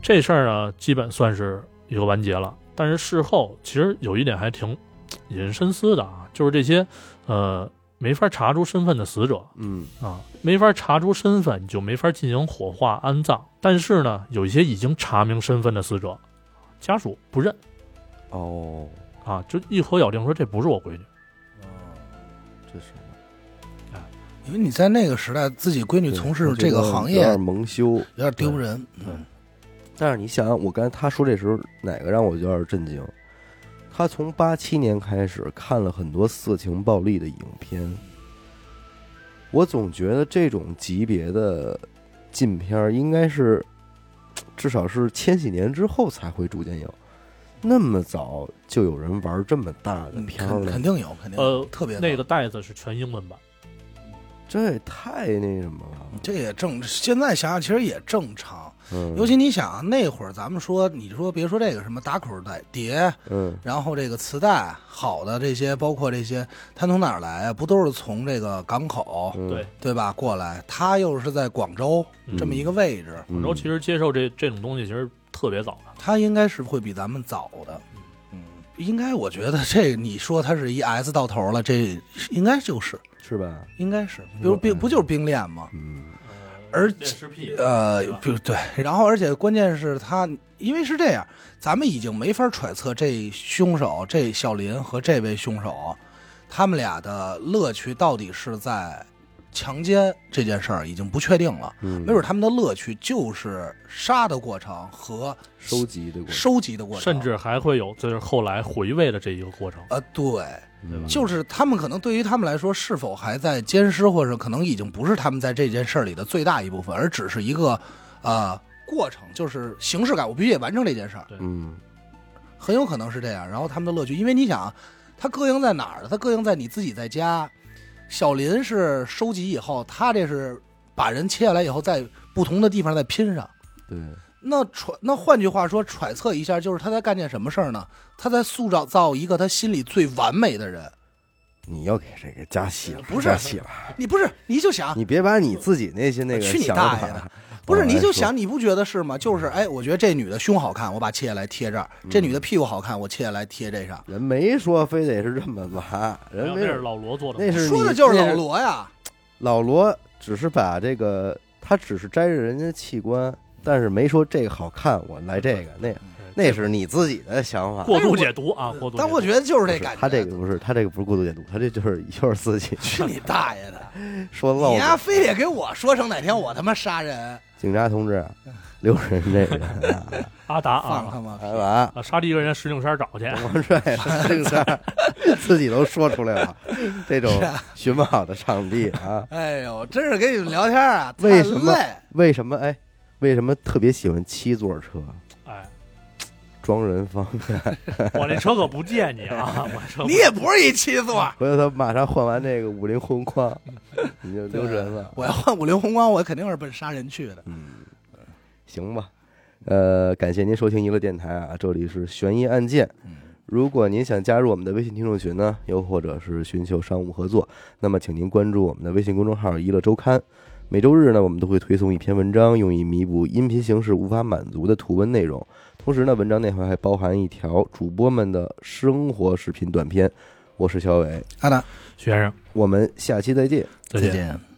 Speaker 3: 这事儿呢，基本算是一个完结了。但是事后其实有一点还挺引人深思的啊，就是这些呃没法查出身份的死者，
Speaker 1: 嗯
Speaker 3: 啊，没法查出身份，你就没法进行火化安葬。但是呢，有一些已经查明身份的死者，家属不认
Speaker 1: 哦，
Speaker 3: 啊，就一口咬定说这不是我闺女。
Speaker 1: 这是
Speaker 2: 哦因为你在那个时代，自己闺女
Speaker 1: 对
Speaker 2: 从
Speaker 1: 我
Speaker 2: 事
Speaker 1: 觉
Speaker 2: 这个
Speaker 1: 得
Speaker 2: 行
Speaker 1: 有
Speaker 2: 业
Speaker 1: 点蒙羞。
Speaker 2: 有点丢人，
Speaker 1: 对但是你想想，我刚才他说这时候哪个让我有点震惊？他从八七年开始看了很多色情暴力的影片，我总觉得这种级别的禁片儿应该是，至少是千禧年之后才会逐渐有。那么早就有人玩这么大的
Speaker 2: 嗯
Speaker 1: 片儿
Speaker 2: 肯
Speaker 1: 了
Speaker 2: 肯，定有，肯定有
Speaker 3: 呃，
Speaker 2: 特别
Speaker 3: 那
Speaker 2: 多
Speaker 3: 个袋子是全英文版，
Speaker 1: 这也太那什么了。
Speaker 2: 这也正，现在想想其实也正常。
Speaker 1: 嗯，
Speaker 2: 尤其你想啊，那会儿咱们说，你说别说这个什么打口袋碟，
Speaker 1: 嗯
Speaker 2: 然后这个磁带，好的这些，包括这些，它从哪儿来啊？不都是从这个港口
Speaker 1: 嗯
Speaker 3: 对，
Speaker 2: 哦对吧过来？它又是在广州
Speaker 3: 嗯
Speaker 2: 这么一个位置，
Speaker 1: 嗯
Speaker 3: 广州其实接受这这种东西其实特别早的，
Speaker 2: 它应该是会比咱们早的。嗯，应该我觉得这你说它是一 S 到头了，这应该就是
Speaker 1: 是吧？
Speaker 2: 应该是，比如冰不就是冰链吗？
Speaker 1: 嗯
Speaker 2: 呃而
Speaker 3: 且尸癖
Speaker 2: 呃，不对，然后而且关键是他，因为是这样，咱们已经没法揣测这凶手这小林和这位凶手，他们俩的乐趣到底是在强奸这件事儿已经不确定了，
Speaker 1: 嗯，
Speaker 2: 没准他们的乐趣就是杀的过程和
Speaker 1: 收集的过程，
Speaker 2: 收集的过程，
Speaker 3: 甚至还会有就是后来回味的这一个过程。
Speaker 2: 呃，对，
Speaker 1: 嗯
Speaker 2: 就是他们可能对于他们来说，是否还在监视，或者可能已经不是他们在这件事儿里的最大一部分，而只是一个呃过程，就是形式感。我必须得完成这件事儿，
Speaker 1: 嗯
Speaker 2: 很有可能是这样。然后他们的乐趣，因为你想啊，它膈应在哪儿呢？它膈应在你自己在家。小林是收集以后，他这是把人切下来以后，在不同的地方再拼上。
Speaker 1: 对，
Speaker 2: 那揣那换句话说，揣测一下，就是他在干件什么事儿呢？他在塑造造一个他心里最完美的人。
Speaker 1: 你又给这个加戏了，
Speaker 2: 不是
Speaker 1: 加戏了，
Speaker 2: 你不是，你就想
Speaker 1: 你别把你自己那些那个
Speaker 2: 去你
Speaker 1: 想
Speaker 2: 大爷
Speaker 1: 法啊
Speaker 2: 的，不是，
Speaker 1: 往外
Speaker 2: 你就
Speaker 1: 说
Speaker 2: 想，你不觉得是吗？就是，哎，我觉得这女的胸好看，我把切下来贴这儿；
Speaker 1: 嗯
Speaker 2: 这女的屁股好看，我切下来贴这上。
Speaker 1: 人没说非得是这么玩，
Speaker 3: 然
Speaker 1: 人
Speaker 3: 后
Speaker 1: 没
Speaker 3: 哎那是
Speaker 1: 有
Speaker 3: 老罗做的，
Speaker 1: 那是
Speaker 2: 说
Speaker 1: 你
Speaker 2: 的就是
Speaker 1: 那
Speaker 2: 老罗呀，
Speaker 1: 老罗只是把这个他只是摘着人家器官，但是没说这个好看，我来这个那
Speaker 2: 嗯
Speaker 1: 那是你自己的想法。
Speaker 3: 过度解读啊，过度解读。
Speaker 2: 但我觉得就是这
Speaker 1: 不
Speaker 2: 感觉。
Speaker 1: 他这个不是他这个不是过度解读，他这就是就是自己
Speaker 2: 去你大爷 的！
Speaker 1: 说
Speaker 2: 你
Speaker 1: 漏
Speaker 2: 丫
Speaker 1: 的。
Speaker 2: 非得给我说成哪天我他妈杀人，
Speaker 1: 警察同志，留人这个人 啊，哎
Speaker 3: 阿达
Speaker 2: 放他
Speaker 3: 啊，
Speaker 2: 妈屁！
Speaker 1: 干嘛？
Speaker 3: 啊，杀第一个人石景山找去。
Speaker 1: 王帅这个事儿自己都说出来了，这种寻不好的场地啊，
Speaker 2: 哎呦，真是跟你们聊天啊，太
Speaker 1: 为什么
Speaker 2: 累。
Speaker 1: 为什么？哎，为什么特别喜欢七座车？
Speaker 3: 哎，
Speaker 1: 装人方便，
Speaker 3: 我那车可不借你 啊，我车不
Speaker 2: 你也不是一啊七座，
Speaker 1: 回头他马上换完这个五菱宏光，你就留神了。
Speaker 2: 我要换五菱宏光，我肯定是奔杀人去的。
Speaker 1: 嗯，行吧。呃，感谢您收听娱乐电台啊，这里是悬疑案件。如果您想加入我们的微信听众群呢，又或者是寻求商务合作，那么请您关注我们的微信公众号“娱乐周刊”。每周日呢，我们都会推送一篇文章，用以弥补音频形式无法满足的图文内容。同时呢，文章内核还包含一条主播们的生活视频短片。我是小伟，
Speaker 2: 安娜，
Speaker 3: 徐先生，
Speaker 1: 我们下期再见。
Speaker 3: 再
Speaker 2: 再
Speaker 3: 见。
Speaker 2: 见。